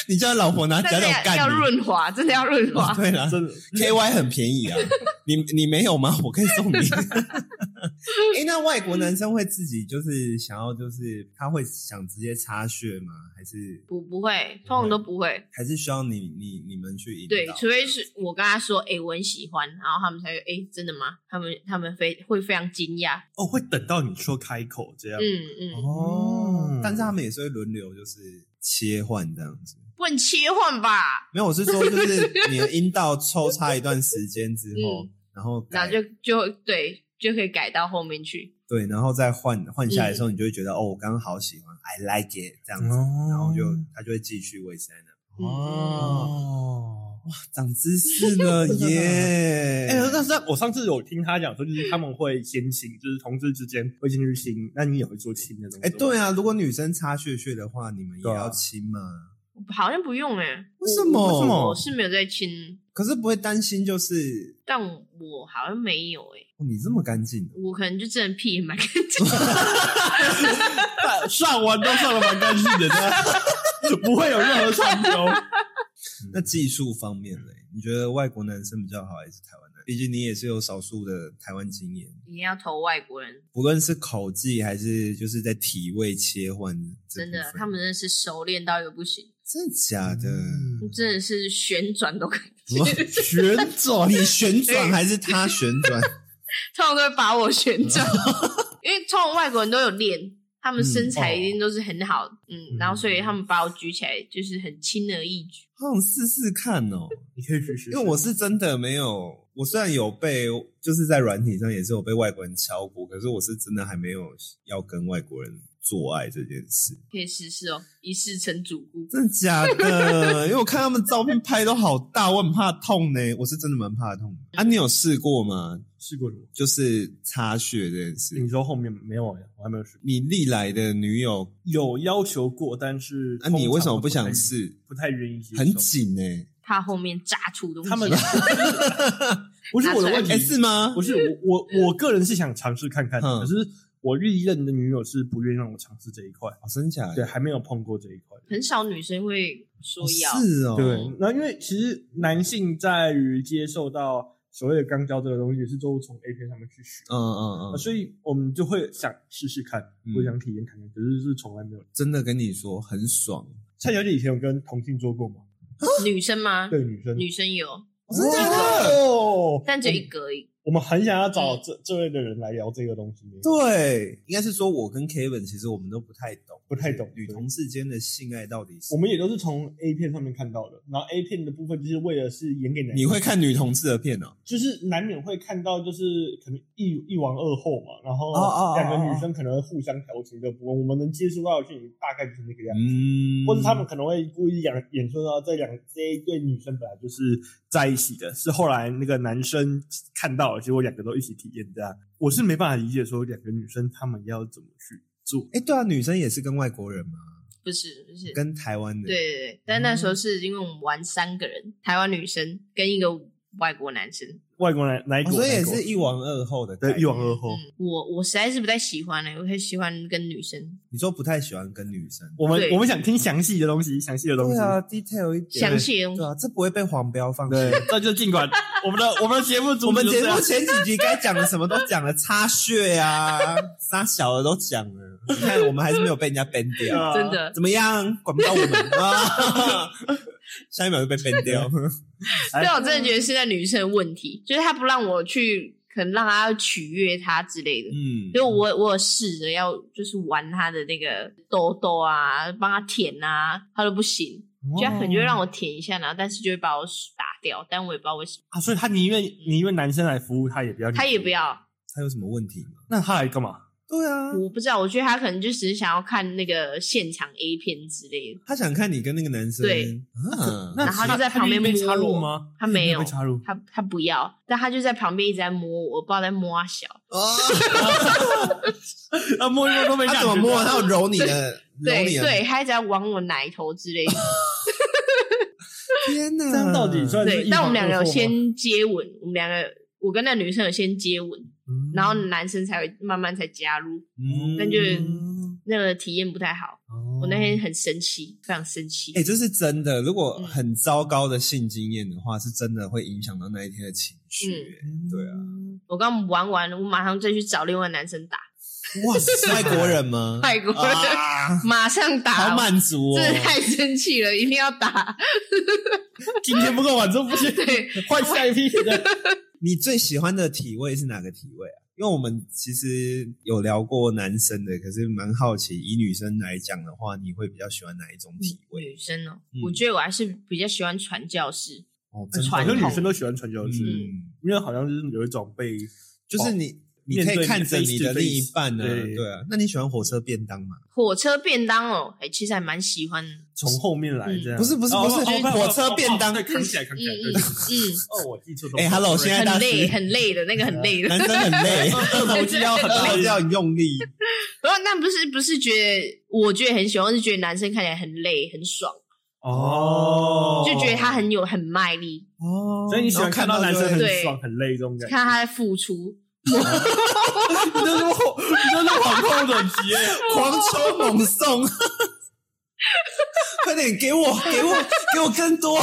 [SPEAKER 2] 你叫老婆拿
[SPEAKER 3] 但
[SPEAKER 2] 假
[SPEAKER 3] 是
[SPEAKER 2] 脚
[SPEAKER 3] 要
[SPEAKER 2] 干
[SPEAKER 3] 要
[SPEAKER 2] 你。
[SPEAKER 3] 润滑，真的要润 滑。
[SPEAKER 2] 对啦
[SPEAKER 1] 真的
[SPEAKER 2] k Y 很便 宜啊。你你没有吗？我可以送你。哎、那外国男生会自己就是想要就是他会想直接插血吗？还是
[SPEAKER 3] 不不会，通常都不会。
[SPEAKER 2] 还是需要你你你们去引导？
[SPEAKER 3] 对，除非是我跟他说，哎、我很喜欢，然后他们才会，哎、真的吗？他们他们非会非常惊讶，
[SPEAKER 1] 哦，会等到你说开口这样。
[SPEAKER 3] 嗯嗯，
[SPEAKER 2] 哦
[SPEAKER 1] 嗯，
[SPEAKER 2] 但是他们也是会轮流，就是切换这样子。
[SPEAKER 3] 不能切换吧？
[SPEAKER 2] 没有，我是说， 就是你的阴道抽插一段时间之后，然后
[SPEAKER 3] 嗯然
[SPEAKER 2] 改
[SPEAKER 3] 后就就对，就可以改到后面去。
[SPEAKER 2] 对，然后再换换下来的时候，
[SPEAKER 3] 嗯
[SPEAKER 2] 你就会觉得、哦，我刚刚好喜欢，I like it 这样子，
[SPEAKER 1] 哦
[SPEAKER 2] 然后就他就会继续维持在那。
[SPEAKER 3] 哦
[SPEAKER 1] 哦，
[SPEAKER 2] 长知识 了耶！
[SPEAKER 1] 哎、但是我上次有听他讲说，就是他们会先亲，就是同志之间会先去亲，那你也会做亲的东西。
[SPEAKER 2] 哎，对啊，如果女生插血血的话，你们也
[SPEAKER 1] 对啊
[SPEAKER 2] 要亲吗？
[SPEAKER 3] 好像不用哎、
[SPEAKER 2] 为什么？
[SPEAKER 1] 为什么
[SPEAKER 3] 我是没有在亲，
[SPEAKER 2] 可是不会担心，就是、
[SPEAKER 3] 但我好像没有哎、
[SPEAKER 2] 哦你这么干净，
[SPEAKER 3] 我可能就真的屁也蛮干净的。
[SPEAKER 1] 啊， 上完都上的蛮干净的，这 不会有任何传丢。
[SPEAKER 2] 那技术方面嘞，你觉得外国男生比较好还是台湾男？毕竟你也是有少数的台湾经验，
[SPEAKER 3] 一定要投外国人，
[SPEAKER 2] 不论是口技还是就是在体位切换这部
[SPEAKER 3] 真
[SPEAKER 2] 分，
[SPEAKER 3] 的，啊他们真的是熟练到一个不行，
[SPEAKER 2] 真的 假的？
[SPEAKER 1] 嗯
[SPEAKER 3] 真的是旋转都可以。
[SPEAKER 2] 我旋 转，你旋转还是他旋转？
[SPEAKER 3] 通常都会把我旋转，因为通常外国人都有练，他们身材一定都是很好，嗯，
[SPEAKER 1] 嗯
[SPEAKER 3] 然后所以他们把我举起来就是很轻而易举。
[SPEAKER 2] 好想试试看哦，
[SPEAKER 1] 你可以去试试，
[SPEAKER 2] 因为我是真的没有，我虽然有被就是在软体上也是有被外国人敲过，可是我是真的还没有要跟外国人做爱这件事。
[SPEAKER 3] 可以试试哦，一试成主顾。
[SPEAKER 2] 真的假的？因 为我看他们照片拍都好大，我很怕痛呢。我是真的蛮怕痛的啊！你有试过吗？
[SPEAKER 1] 试过什么？
[SPEAKER 2] 就是插血这件事
[SPEAKER 1] 你，说后面没有呀？我还没有试过。
[SPEAKER 2] 你历来的女友，
[SPEAKER 1] 有要求过，但是
[SPEAKER 2] 啊，你为什么不
[SPEAKER 1] 通
[SPEAKER 2] 想
[SPEAKER 1] 常
[SPEAKER 2] 试？
[SPEAKER 1] 不太？不太愿意接受。
[SPEAKER 2] 很紧呢、
[SPEAKER 3] 怕后面炸出东西，
[SPEAKER 1] 他
[SPEAKER 3] 啊
[SPEAKER 1] 们 不是我的问
[SPEAKER 2] 哎、
[SPEAKER 1] 题，
[SPEAKER 2] 是吗
[SPEAKER 1] 不？是我我我个人是想尝试看看的，
[SPEAKER 2] 嗯
[SPEAKER 1] 可是我历任的女友是不愿意让我尝试这一块，
[SPEAKER 2] 哦，真假的？
[SPEAKER 1] 对，还没有碰过这一块。
[SPEAKER 3] 很少女生会说
[SPEAKER 2] 哦
[SPEAKER 3] 要，
[SPEAKER 2] 是哦，
[SPEAKER 1] 对，那因为其实男性在于接受到所谓的肛交这个东西，是都从 A 片上面去学，
[SPEAKER 2] 嗯嗯
[SPEAKER 1] 啊
[SPEAKER 2] 嗯，
[SPEAKER 1] 所以我们就会想试试看，
[SPEAKER 2] 嗯
[SPEAKER 1] 我想体验看看，可是是从来没有。
[SPEAKER 2] 真的跟你说很爽，
[SPEAKER 1] 蔡小姐以前有跟同性做过吗？
[SPEAKER 3] 女生吗？
[SPEAKER 1] 对，女生，
[SPEAKER 3] 啊女生有，
[SPEAKER 2] 真的假的
[SPEAKER 1] 哦
[SPEAKER 3] 但只有一个而已。嗯
[SPEAKER 1] 我们很想要找这这类的人来聊这个东西，
[SPEAKER 2] 对，应该是说我跟 Kevin 其实我们都不太懂
[SPEAKER 1] 不太懂
[SPEAKER 2] 女
[SPEAKER 1] 对
[SPEAKER 2] 同事间的性爱到底是
[SPEAKER 1] 我。们也都是从 A 片上面看到的，然后 A 片的部分就是为了是演给男，
[SPEAKER 2] 你会看女同志的片哦？
[SPEAKER 1] 就是难免会看到就是可能一一王二后嘛，然后
[SPEAKER 2] 哦哦哦
[SPEAKER 1] 两个
[SPEAKER 2] 哦
[SPEAKER 1] 女生可能会互相调情的部分，我们能接触到的剧情大概就是那个样子。
[SPEAKER 2] 嗯，
[SPEAKER 1] 或者他们可能会故意演演出到这两这一对女生本来就是在一起的，是后来那个男生看到了，结果两个都一起体验这样。我是没办法理解说两个女生她们要怎么去做。
[SPEAKER 2] 哎，对啊，女生也是跟外国人嘛，
[SPEAKER 3] 不是不是，对
[SPEAKER 2] 跟台湾的。
[SPEAKER 3] 对对，但那时候是因为我们玩三个人，台湾女生跟一个外国男生，
[SPEAKER 1] 外国人哪一
[SPEAKER 2] 哦，
[SPEAKER 1] 国？
[SPEAKER 2] 所以也
[SPEAKER 1] 哪国
[SPEAKER 2] 是一王二后的概
[SPEAKER 1] 对
[SPEAKER 2] 念。
[SPEAKER 1] 一王二后。
[SPEAKER 3] 嗯，我我实在是不太喜欢呢、我很喜欢跟女生，
[SPEAKER 2] 你说不太喜欢跟女生，
[SPEAKER 1] 我们
[SPEAKER 3] 对
[SPEAKER 1] 我们想听详细的东西，详细的东西
[SPEAKER 2] 对。啊，detail 一点，
[SPEAKER 3] 详细的东西
[SPEAKER 2] 对啊，这不会被黄标放弃。
[SPEAKER 1] 对， 这就尽管我们的我们的节目主旨
[SPEAKER 2] 我们
[SPEAKER 1] 就是
[SPEAKER 2] 节
[SPEAKER 1] 这样
[SPEAKER 2] 目前几集该讲的什么都讲了，插穴啊， 撒小的都讲了。你看，我们还是没有被人家 ban 掉，
[SPEAKER 3] 真的
[SPEAKER 2] 怎么样？管不到我们 啊！下一秒就被 ban 掉。
[SPEAKER 1] 哎
[SPEAKER 3] 对，我真的觉得是那女生的问题，就是她不让我去，可能让她取悦她之类的。
[SPEAKER 2] 嗯，
[SPEAKER 3] 所以我我有试着要就是玩她的那个痘痘啊，帮她舔啊，她都不行，
[SPEAKER 1] 哦
[SPEAKER 3] 就她可能就会让我舔一下，然后但是就会把我打掉，但我也不知道为什么，
[SPEAKER 1] 啊，所以他宁愿宁愿男生来服务，他也不要
[SPEAKER 3] 她也不。要，
[SPEAKER 2] 他有什么问题吗？
[SPEAKER 1] 那他来干嘛？
[SPEAKER 2] 对啊，
[SPEAKER 3] 我不知道，我觉得她可能就只是想要看那个现场 A 片之类的，
[SPEAKER 2] 他想看你跟那个男生。
[SPEAKER 3] 对
[SPEAKER 2] 啊，
[SPEAKER 1] 那
[SPEAKER 3] 然后
[SPEAKER 1] 他
[SPEAKER 3] 就在旁边
[SPEAKER 1] 他愿意被插入
[SPEAKER 3] 摸
[SPEAKER 1] 吗？
[SPEAKER 3] 她没有
[SPEAKER 1] 愿意被插入。
[SPEAKER 3] 她她不要，但她就在旁边一直在摸我，我不知道在摸她小，
[SPEAKER 2] 哦，
[SPEAKER 1] 啊，摸一摸都没
[SPEAKER 2] 他
[SPEAKER 1] 感
[SPEAKER 2] 怎么
[SPEAKER 1] 觉到
[SPEAKER 2] 摸？他有揉你的，揉
[SPEAKER 3] 对
[SPEAKER 2] 你的。
[SPEAKER 3] 对，她一直在玩我奶头之类的。
[SPEAKER 2] 天哪！
[SPEAKER 1] 这样到底算是
[SPEAKER 3] 对，
[SPEAKER 1] 一
[SPEAKER 3] 但我
[SPEAKER 1] 王
[SPEAKER 3] 们两个
[SPEAKER 1] 二
[SPEAKER 3] 有
[SPEAKER 1] 后吗
[SPEAKER 3] 先接吻，我们两个，我跟那女生有先接吻，
[SPEAKER 1] 嗯
[SPEAKER 3] 然后男生才会慢慢才加入，
[SPEAKER 2] 嗯，
[SPEAKER 3] 那就那个体验不太好。我那天很生气，非常生气。
[SPEAKER 2] 哦哎、这是真的。如果很糟糕的性经验的话，是真的会影响到那一天的情绪、欸。
[SPEAKER 3] 嗯
[SPEAKER 2] 对啊，
[SPEAKER 3] 我刚玩完，我马上再去找另外男生打，？
[SPEAKER 2] 哇，是外国人吗
[SPEAKER 3] 外国人
[SPEAKER 2] 啊、
[SPEAKER 3] 马上打，
[SPEAKER 2] 好满足哦
[SPEAKER 3] 真。的太生气了，一定要 打。
[SPEAKER 1] 今天不够晚，这不行，
[SPEAKER 3] 对，
[SPEAKER 1] 换下一批的。
[SPEAKER 2] 你最喜欢的体位是哪个体位啊？因为我们其实有聊过男生的，可是蛮好奇，以女生来讲的话，你会比较喜欢哪一种体位？
[SPEAKER 3] 女生哦，
[SPEAKER 2] 嗯
[SPEAKER 3] 我觉得我还是比较喜欢传教士，
[SPEAKER 2] 哦，
[SPEAKER 3] 真的
[SPEAKER 1] 好
[SPEAKER 3] 传
[SPEAKER 1] 像
[SPEAKER 3] 统
[SPEAKER 1] 女生都喜欢传教士，
[SPEAKER 2] 嗯，
[SPEAKER 1] 因为好像就是有一种被
[SPEAKER 2] 就是你，你可
[SPEAKER 1] 面对
[SPEAKER 2] 以
[SPEAKER 1] 你
[SPEAKER 2] 看着你
[SPEAKER 1] face
[SPEAKER 2] 的
[SPEAKER 1] to
[SPEAKER 2] 另一半啊，
[SPEAKER 1] face，对
[SPEAKER 2] 对啊。那你喜欢火车便当吗？
[SPEAKER 3] 火车便当哦，哎，其实还蛮喜欢的。
[SPEAKER 1] 从后面来这样。
[SPEAKER 2] 不是不是不是
[SPEAKER 1] 哦哦哦
[SPEAKER 2] 火车便当
[SPEAKER 1] 哦哦对扛起来扛
[SPEAKER 3] 嗯
[SPEAKER 1] 起来。
[SPEAKER 3] 嗯
[SPEAKER 1] 对
[SPEAKER 3] 嗯，
[SPEAKER 1] 哦，我记错东西。
[SPEAKER 2] 哎，Hello，现在大
[SPEAKER 3] 很
[SPEAKER 2] 师
[SPEAKER 3] 累很累的那个很累 的。
[SPEAKER 2] 男生很累，
[SPEAKER 1] 二头肌要很大
[SPEAKER 2] 而
[SPEAKER 1] 力
[SPEAKER 2] 且要很用力。
[SPEAKER 3] 不，那不是不是觉得，我觉得很喜欢，是觉得男生看起来很累很爽，
[SPEAKER 1] 哦，
[SPEAKER 3] 就觉得他。很有很卖力，
[SPEAKER 2] 哦
[SPEAKER 1] 所以你喜欢看到男生很
[SPEAKER 3] 对
[SPEAKER 1] 爽很累这种感觉，
[SPEAKER 3] 看他在付出。
[SPEAKER 1] 你这是后，你这是皇后等级耶，
[SPEAKER 2] 狂抽猛送，快点给我，给我，给我更多。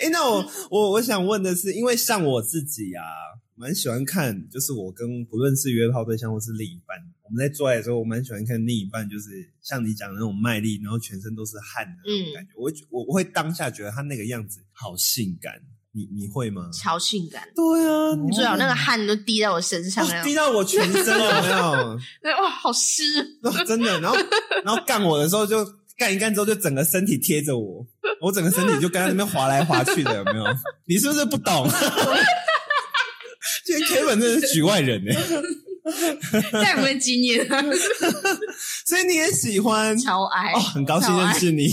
[SPEAKER 2] 哎、那我我我想问的是，因为像我自己啊，蛮喜欢看，就是我跟不论是约炮对象或是另一半，我们在做爱的时候，我蛮喜欢看另一半，就是像你讲的那种卖力，然后全身都是汗的那种感觉。我会觉我我会当下觉得他那个样子好性感，你你会吗？
[SPEAKER 3] 超性感，
[SPEAKER 2] 对啊，
[SPEAKER 1] 哦你
[SPEAKER 3] 最好那个汗都滴在我身上
[SPEAKER 2] 哦
[SPEAKER 3] 了，
[SPEAKER 2] 滴到我全身有没有？
[SPEAKER 3] 那哇，好湿，啊
[SPEAKER 2] 哦 真的，然后然后干我的时候就干一干之后就整个身体贴着我，我整个身体就跟他那边滑来滑去的，有 没有？你是不是不懂？ 今天 Kevin 真的是局外人欸呢，
[SPEAKER 3] 再有没有经验啊？
[SPEAKER 2] 所以你也喜欢
[SPEAKER 3] 超爱
[SPEAKER 2] 哦，，很高兴认识你。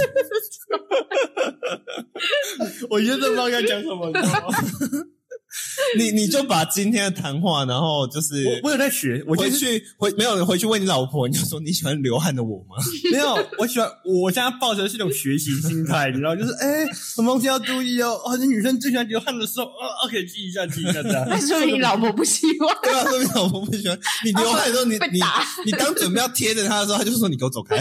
[SPEAKER 1] 我真的不知道该讲什么。你知道吗
[SPEAKER 2] 你你就把今天的谈话，然后就是
[SPEAKER 1] 我我有在学，我
[SPEAKER 2] 回
[SPEAKER 1] 就是
[SPEAKER 2] 去回没有回去问你老婆，你就说你喜欢流汗的我吗？
[SPEAKER 1] 没有，我喜欢，我现在抱着是一种学习心态，你知道，就是 哎、什么东西要注意哦。哦，这女生最喜欢流汗的时候，哦，OK，记一下，记一下，这样。
[SPEAKER 3] 那说明你老婆不喜 欢。
[SPEAKER 2] 对啊吧？说明老婆不喜欢你流汗的时候，你
[SPEAKER 3] 被
[SPEAKER 2] 你
[SPEAKER 3] 打
[SPEAKER 2] 你当准备要贴着他的时候，他就说你给我走开，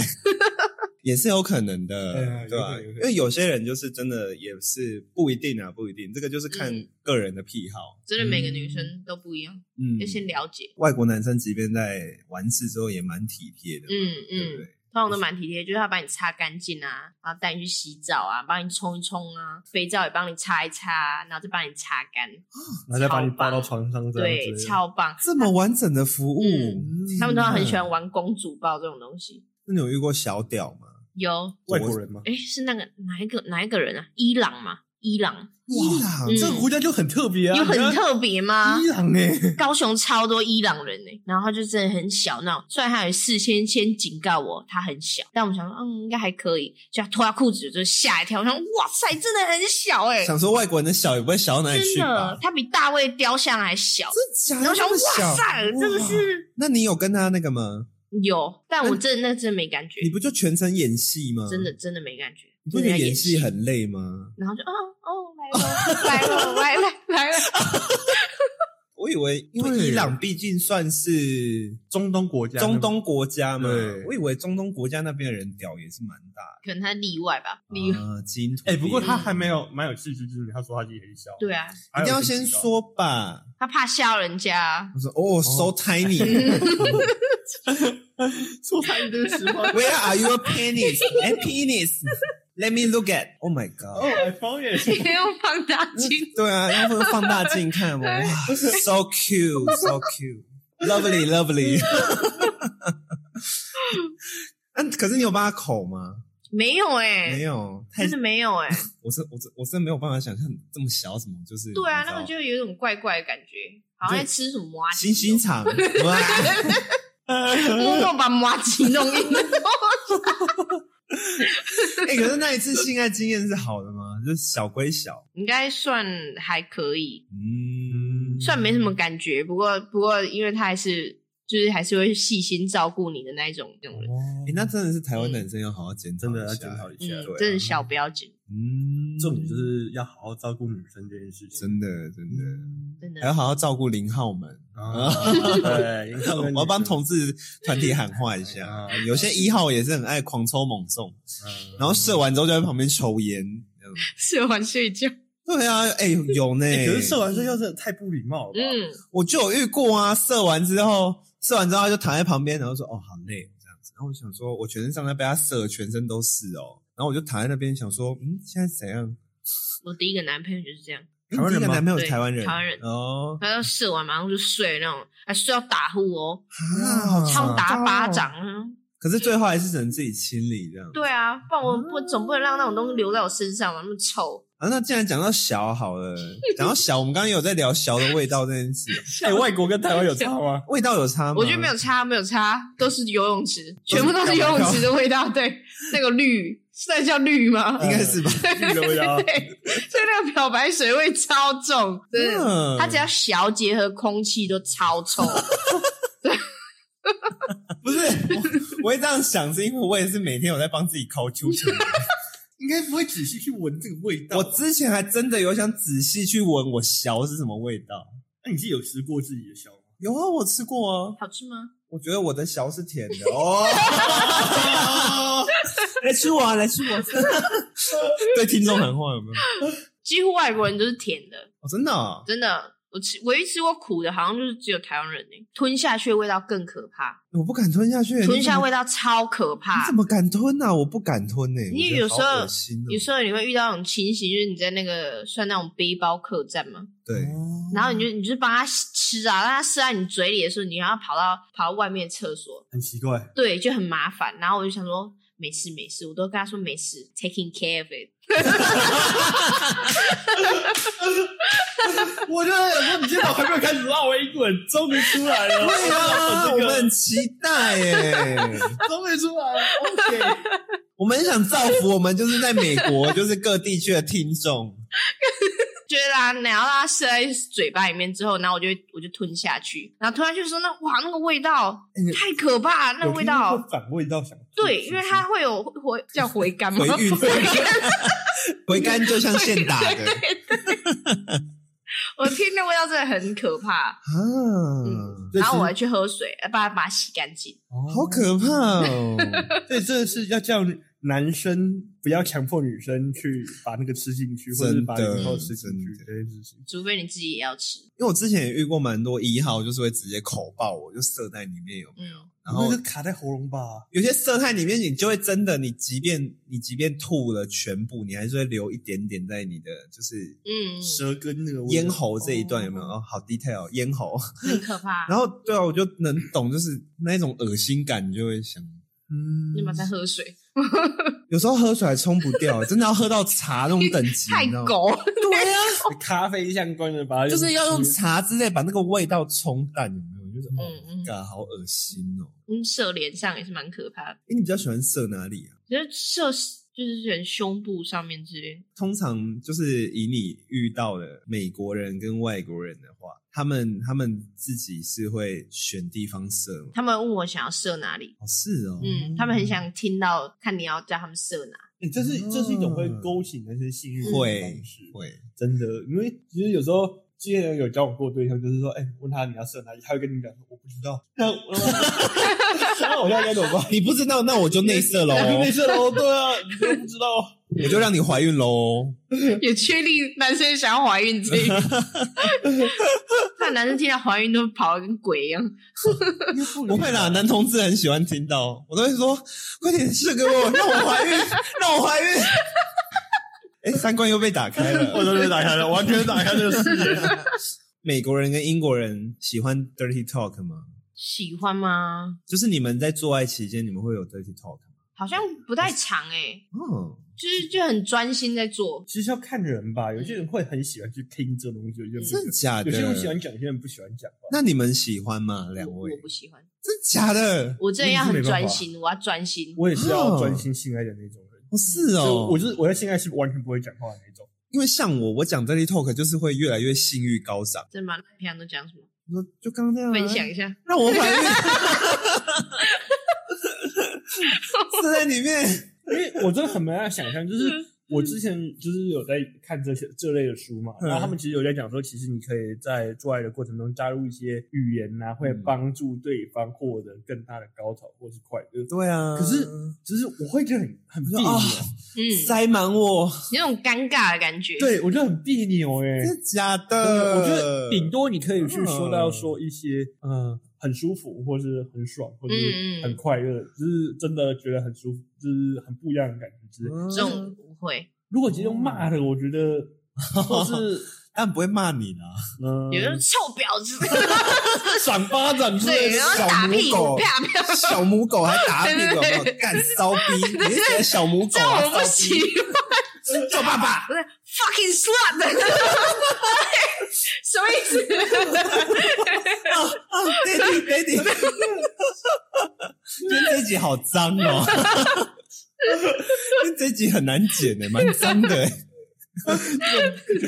[SPEAKER 2] 也是有可能的
[SPEAKER 1] 对啊，有
[SPEAKER 2] 对
[SPEAKER 1] 可
[SPEAKER 2] 吧？
[SPEAKER 1] 能有可能
[SPEAKER 2] 因为有些人就是真的也是不一定啊，不一定，这个就是看
[SPEAKER 3] 嗯
[SPEAKER 2] 个人的癖好。
[SPEAKER 3] 真的每个女生都不一样，
[SPEAKER 2] 嗯
[SPEAKER 3] 要，先了解。
[SPEAKER 2] 外国男生即便在完事之后也蛮体贴的嘛，
[SPEAKER 3] 嗯
[SPEAKER 2] 对不
[SPEAKER 3] 嗯，
[SPEAKER 2] 对？
[SPEAKER 3] 通常都蛮体贴，就是他把你擦干净啊，然后带你去洗澡啊，帮你冲一冲啊，肥皂也帮你擦一擦啊，然后再帮你擦干，
[SPEAKER 1] 然后再把你
[SPEAKER 3] 超
[SPEAKER 1] 抱
[SPEAKER 3] 棒
[SPEAKER 1] 到床上这样
[SPEAKER 3] 对，
[SPEAKER 1] 子。
[SPEAKER 3] 超棒。
[SPEAKER 2] 这么完整的服务，
[SPEAKER 3] 嗯他们通常很喜欢
[SPEAKER 2] 嗯。
[SPEAKER 3] 玩公主抱这种东西。
[SPEAKER 2] 那你有遇过小屌吗？
[SPEAKER 3] 有，
[SPEAKER 1] 外国人吗？
[SPEAKER 3] 哎，是那个哪一个哪一个人啊？伊朗嘛，伊朗
[SPEAKER 2] 伊朗
[SPEAKER 3] 嗯
[SPEAKER 1] 这
[SPEAKER 2] 这
[SPEAKER 1] 个国家就很特别啊，
[SPEAKER 3] 有很
[SPEAKER 1] 你看
[SPEAKER 3] 特别啊吗？
[SPEAKER 1] 伊朗哎、
[SPEAKER 3] 高雄超多伊朗人呢、然后他就真的很小那种。虽然他有事先先警告我他很小，但我们想说，嗯，应该还可以。就他脱下裤子我就吓一跳，我想，哇塞，真的很小哎、
[SPEAKER 2] 想说外国人的小也不会小到哪里
[SPEAKER 3] 真
[SPEAKER 2] 去吧
[SPEAKER 3] 的，？他比大卫雕像还小。
[SPEAKER 2] 真
[SPEAKER 3] 然
[SPEAKER 2] 假
[SPEAKER 3] 后
[SPEAKER 2] 的
[SPEAKER 3] 我想，
[SPEAKER 2] 那么小
[SPEAKER 3] 哇塞，真的。
[SPEAKER 2] 哇
[SPEAKER 3] 是
[SPEAKER 2] 那你有跟他那个吗？
[SPEAKER 3] 有，但我真的那真的没感觉
[SPEAKER 2] 你，不就全程演戏吗？
[SPEAKER 3] 真的，真的没感觉。
[SPEAKER 2] 你不
[SPEAKER 3] 真
[SPEAKER 2] 觉
[SPEAKER 3] 的
[SPEAKER 2] 得
[SPEAKER 3] 在
[SPEAKER 2] 演戏
[SPEAKER 3] 戏？
[SPEAKER 2] 很累吗？
[SPEAKER 3] 然后就，哦哦，来了来了来了来了，
[SPEAKER 2] 我以为，因为
[SPEAKER 1] 对
[SPEAKER 2] 伊朗毕竟算是
[SPEAKER 1] 中东国家，
[SPEAKER 2] 中东国家嘛
[SPEAKER 1] 对，
[SPEAKER 2] 我以为中东国家那边的人屌也是蛮大的。
[SPEAKER 3] 可能他例外吧，例外。
[SPEAKER 2] 啊，基因突
[SPEAKER 1] 哎、
[SPEAKER 2] 变
[SPEAKER 1] 不过他还没有蛮有戏剧之名，他说他自己很小，
[SPEAKER 3] 对啊，
[SPEAKER 1] 还有
[SPEAKER 2] 一定要
[SPEAKER 1] 自己
[SPEAKER 2] 先
[SPEAKER 1] 高，
[SPEAKER 2] 说吧。
[SPEAKER 3] 他怕吓人家。
[SPEAKER 2] 我说哦，so tiny，Where
[SPEAKER 1] 说他一堆实 话。
[SPEAKER 2] are your penis and penis？Let me look at. Oh my
[SPEAKER 1] 哦
[SPEAKER 2] god！
[SPEAKER 1] ，I found it。
[SPEAKER 3] 没有放大镜，
[SPEAKER 2] 对啊，然后放大镜看，哇，so cute，so cute，lovely lovely。嗯，可是你有帮他口吗？
[SPEAKER 3] 没有哎、
[SPEAKER 2] 没有，太
[SPEAKER 3] 真的没有哎、
[SPEAKER 2] 我是我是我真的没有办法想象这么小什么，就是
[SPEAKER 3] 对啊，
[SPEAKER 2] 你知
[SPEAKER 3] 那
[SPEAKER 2] 道
[SPEAKER 3] 个就有一种怪怪的感觉，好像在吃什么麻
[SPEAKER 2] 星星肠， 哇，哎
[SPEAKER 1] 哎
[SPEAKER 3] 摸弄把麻吉弄 硬的东
[SPEAKER 2] 哎、可是那一次性爱经验是好的吗？就是小归小，
[SPEAKER 3] 西，应该算还可以，
[SPEAKER 2] 嗯，
[SPEAKER 3] 算没什么感觉。不过不过，因为他还是就是还是会细心照顾你的那一种那种人，
[SPEAKER 2] 哎、那真的是台湾男生要好好检讨、
[SPEAKER 1] 真的要检讨一下，
[SPEAKER 3] 嗯
[SPEAKER 2] 对啊，
[SPEAKER 3] 真的小不要紧，
[SPEAKER 2] 嗯，
[SPEAKER 1] 重点就是要好好照顾女生这件事情。嗯
[SPEAKER 2] 真的真的，
[SPEAKER 3] 嗯真
[SPEAKER 2] 还要
[SPEAKER 3] 的。
[SPEAKER 2] 好好照顾零号们。
[SPEAKER 1] 啊，对，你看
[SPEAKER 2] 我要帮同志团体喊话一 下
[SPEAKER 1] 啊，
[SPEAKER 2] 有些一号也是很爱狂抽猛送，
[SPEAKER 1] 嗯
[SPEAKER 2] 然后射完之后就在旁边抽烟。这样
[SPEAKER 3] 吃完睡觉，
[SPEAKER 2] 对啊，哎、有呢、
[SPEAKER 1] 欸可是射完睡觉真的太不礼貌了吧？
[SPEAKER 3] 嗯，
[SPEAKER 2] 我就有遇过啊，射完之后，射完之后他就躺在旁边，然后说：“哦，好累哦，这样子。”然后我想说，我全身上下被他射，全身都是哦。然后我就躺在那边想说：“嗯，现在怎样
[SPEAKER 3] 我第一个男朋友就是这样，？”
[SPEAKER 1] 台湾人
[SPEAKER 2] 诶你第一个
[SPEAKER 1] 吗
[SPEAKER 2] 男朋友是
[SPEAKER 3] 对
[SPEAKER 2] 台湾人，
[SPEAKER 3] 台湾人
[SPEAKER 2] 哦，
[SPEAKER 3] 他要射完马上就睡那种，还睡到打呼哦，
[SPEAKER 2] 啊，
[SPEAKER 3] 像打巴
[SPEAKER 2] 糟哦。
[SPEAKER 3] 掌啊。
[SPEAKER 2] 可是最后还是只能自己清理这样。
[SPEAKER 3] 对啊，不然我不总不能让那种东西留在我身上嘛，那么臭。
[SPEAKER 2] 啊，那既然讲到小好 了，讲到小，我们刚刚有在聊小的味道这件事，
[SPEAKER 1] 哎，外国跟台湾有差吗？
[SPEAKER 2] 味道有差吗？
[SPEAKER 3] 我觉得没有差，没有差，都是游泳池，全部都是游泳池的味道。对，那个绿，是那叫绿吗？
[SPEAKER 2] 应该是吧？
[SPEAKER 1] 这个味道
[SPEAKER 3] 对，所以那个漂白水味超重，真的。
[SPEAKER 2] 嗯
[SPEAKER 3] 它只要小结合空气都超 臭，
[SPEAKER 2] 不是，我我会这样想，是因为我也是每天有在帮自己抠啾 啾。
[SPEAKER 1] 应该不会仔细去闻这个味道
[SPEAKER 2] 我
[SPEAKER 1] 我
[SPEAKER 2] 之前还真的有想仔细去闻我小是什么味道。
[SPEAKER 1] 那你自己有吃过自己的小吗？
[SPEAKER 2] 有啊，我吃过啊。
[SPEAKER 3] 好吃吗？
[SPEAKER 2] 我觉得我的小是甜的哦。 来吃我、啊，来吃我、啊。 对听众喊话有没有？
[SPEAKER 3] 几乎外国人都是甜的，
[SPEAKER 2] 哦，真的、啊。
[SPEAKER 3] 真的。我吃唯一吃过苦的，好像就是只有台湾人呢、吞下去的味道更可怕，
[SPEAKER 2] 我不敢吞下去。欸
[SPEAKER 3] 吞下味道超可怕。
[SPEAKER 2] 你怎么，你怎么敢吞啊？我不敢吞呢、欸。
[SPEAKER 3] 因为
[SPEAKER 2] 我觉得好恶心哦
[SPEAKER 3] 有时候你会遇到那种情形，就是你在那个算那种背包客栈嘛，
[SPEAKER 2] 对，
[SPEAKER 1] 哦
[SPEAKER 3] 然后你
[SPEAKER 2] 哦
[SPEAKER 3] 就你就帮他吃啊，让他吃在你嘴里的时候，你还要跑到跑到外面厕所，
[SPEAKER 1] 很奇怪，
[SPEAKER 3] 对，就很麻烦。然后我就想说没事没事，我都跟他说没事，taking care of it。
[SPEAKER 1] 我就在想说，你今天早还没有开始绕我一滚，终于出来了，
[SPEAKER 2] 对 啊，我们很期待欸耶、
[SPEAKER 1] 终于出来了，OK。
[SPEAKER 2] 我们很想造福我们就是在美国就是各地区的听众。
[SPEAKER 3] 就是啦，然后让它射在嘴巴里面之后，然后我就我就吞下去，然后吞下去的时候，那哇，那个味道
[SPEAKER 2] 哎你
[SPEAKER 3] 太可怕了，那个味
[SPEAKER 1] 有听
[SPEAKER 3] 道
[SPEAKER 1] 过，反味道想吐
[SPEAKER 3] 对，
[SPEAKER 1] 是
[SPEAKER 3] 因
[SPEAKER 1] 不
[SPEAKER 3] 为
[SPEAKER 1] 是
[SPEAKER 3] 它会有回叫回 甘嘛，
[SPEAKER 2] 回韵回甘就 像现打的
[SPEAKER 3] 我听那味道真的很可怕。
[SPEAKER 2] 啊
[SPEAKER 3] 嗯，，
[SPEAKER 1] 这
[SPEAKER 3] 然后
[SPEAKER 1] 是
[SPEAKER 3] 我还去呃喝水，把它把它洗干净。
[SPEAKER 2] 好可怕哦！
[SPEAKER 1] 对，真的是要叫男生不要强迫女生去把那个吃进去，或者是把
[SPEAKER 2] 真的
[SPEAKER 1] 零头吃进去
[SPEAKER 2] 真的
[SPEAKER 1] 这件事情。
[SPEAKER 3] 除非你自己也要吃。
[SPEAKER 2] 因为我之前也遇过蛮多一号，就是会直接口爆我，就色在里面有，
[SPEAKER 3] 嗯，
[SPEAKER 2] 然后
[SPEAKER 1] 那个卡在喉咙吧，
[SPEAKER 2] 有些色态里面，你就会真的，你即便你即便吐了全部，你还是会留一点点在你的就是
[SPEAKER 3] 嗯，
[SPEAKER 1] 舌根那个味道
[SPEAKER 2] 咽喉这一段有没有？？哦，好 detail 咽喉。
[SPEAKER 3] 很可怕。
[SPEAKER 2] 然后对啊，我就能懂，就是那一种恶心感，你就会想，嗯
[SPEAKER 3] 你，马在喝水，
[SPEAKER 2] 有时候喝水还冲不 掉，真的要喝到茶那种等级，
[SPEAKER 3] 太
[SPEAKER 2] 你知道吗？
[SPEAKER 3] 狗。
[SPEAKER 2] 对啊，
[SPEAKER 1] 咖啡相关的吧，
[SPEAKER 2] 就是要用
[SPEAKER 1] 吃
[SPEAKER 2] 茶之类把那个味道冲淡，有没有？就是
[SPEAKER 3] 嗯嗯
[SPEAKER 2] 哦，嘎，好恶心哦。
[SPEAKER 3] 嗯，射脸上也是蛮可怕的，
[SPEAKER 2] 哎，你比较喜欢射哪里啊？
[SPEAKER 3] 觉得射就是人胸部上面之类的。
[SPEAKER 2] 通常就是以你遇到的美国人跟外国人的话，他们他们自己是会选地方射吗？
[SPEAKER 3] 他们问我想要射哪里，
[SPEAKER 2] 哦，是哦，
[SPEAKER 3] 嗯，他们很想听到看你要叫他们射 哪。
[SPEAKER 1] 欸这是这是一种会勾起男生性欲的
[SPEAKER 2] 嗯会
[SPEAKER 1] 方式，
[SPEAKER 2] 会，
[SPEAKER 1] 真的，因为其实有时候之前有交往过对象，就是说，哎、问他你要射哪里，他会跟你讲说我不知道， 那我那我现在该怎么办？
[SPEAKER 2] 你不知道，那我就内射 喽，
[SPEAKER 1] 我没射喽，对啊，你都不知道，
[SPEAKER 2] 我就让你怀孕喽。
[SPEAKER 3] 也确定男生想要怀孕这 一个，那男生听到怀孕都跑得跟鬼一样。
[SPEAKER 2] 不会 啦，男同志很喜欢听到，我都会说快点射给我，让我怀孕，让我怀孕。 哎，三观又被打开了，
[SPEAKER 1] 我都被打开了，完全打开这个视野。
[SPEAKER 2] 美国人跟英国人喜欢 dirty talk 吗？
[SPEAKER 3] 喜欢吗？
[SPEAKER 2] 就是你们在做爱期间，你们会有 dirty talk 吗？
[SPEAKER 3] 好像不太长哎、
[SPEAKER 2] 嗯，
[SPEAKER 3] 就是就很专心在做。
[SPEAKER 1] 其实要看人吧，有些
[SPEAKER 2] 嗯
[SPEAKER 1] 人会很喜欢去听这种东西，有些人不喜
[SPEAKER 2] 真
[SPEAKER 1] 欢
[SPEAKER 2] 的假的？
[SPEAKER 1] 有些人喜欢讲，有些人不喜欢讲吧。
[SPEAKER 2] 那你们喜欢吗？两
[SPEAKER 3] 我
[SPEAKER 2] 位
[SPEAKER 3] 我？不喜欢，
[SPEAKER 2] 真的假的？
[SPEAKER 3] 我真的要
[SPEAKER 1] 啊我也是
[SPEAKER 3] 很
[SPEAKER 1] 没办法
[SPEAKER 3] 专心，我要专心。
[SPEAKER 1] 我也是要专心性爱的那种人，
[SPEAKER 2] 哦，是
[SPEAKER 1] 就
[SPEAKER 2] 哦，
[SPEAKER 1] 我就是我在性爱是完全不会讲话的那种。
[SPEAKER 2] 因为像我，我讲 dirty talk 就是会越来越性欲高涨。
[SPEAKER 3] 真的吗？那平常都讲什么？
[SPEAKER 2] 我说就刚刚那样啊
[SPEAKER 3] 分享一下。
[SPEAKER 1] 嗯
[SPEAKER 2] 让我怀 孕，射在里面。
[SPEAKER 1] 因为我真的很没办法想象，就是
[SPEAKER 2] 嗯
[SPEAKER 1] 我之前就是有在看这些这类的书嘛，
[SPEAKER 2] 嗯
[SPEAKER 1] 然后他们其实有在讲说，其实你可以在做爱的过程中加入一些语言呐、会
[SPEAKER 2] 嗯
[SPEAKER 1] 帮助对方获得更大的高潮或是快乐。
[SPEAKER 2] 对啊，
[SPEAKER 1] 可是只是我会觉得很很别扭，
[SPEAKER 2] 啊
[SPEAKER 3] 嗯，
[SPEAKER 2] 塞满我，
[SPEAKER 3] 有种尴尬的感觉。，
[SPEAKER 1] 对我觉得很别扭哎、
[SPEAKER 2] 真的假
[SPEAKER 1] 呃
[SPEAKER 2] 的？
[SPEAKER 1] 我觉得顶多你可以去说到说一些嗯、呃很舒服，或是很爽，或
[SPEAKER 3] 嗯嗯
[SPEAKER 1] 是很快乐，就是真的觉得很舒服，就是很不一样的感觉之类的。
[SPEAKER 3] 这
[SPEAKER 2] 嗯
[SPEAKER 3] 种不会。
[SPEAKER 1] 如果直接用骂的，我觉得或 是。
[SPEAKER 2] 但不会骂你啦。
[SPEAKER 1] 嗯，
[SPEAKER 3] 有人臭婊 子，
[SPEAKER 1] 赏巴掌之类
[SPEAKER 3] 对，
[SPEAKER 1] 的
[SPEAKER 3] 然后
[SPEAKER 2] 小
[SPEAKER 3] 打
[SPEAKER 2] 母
[SPEAKER 3] 屁股，
[SPEAKER 2] 狗
[SPEAKER 3] 啪啪。
[SPEAKER 2] 小母狗还打屁股，有没有干骚逼， 你是谁的小母狗
[SPEAKER 3] 这
[SPEAKER 2] 啊？
[SPEAKER 3] 我不
[SPEAKER 2] 骚
[SPEAKER 3] 喜
[SPEAKER 2] 逼，
[SPEAKER 3] 欢，
[SPEAKER 2] 做爸爸。
[SPEAKER 3] 不是 fucking slut，什么意思？
[SPEAKER 2] 啊，daddy daddy，今天这一集好脏 哦，今天这一集很难剪的，蛮脏的。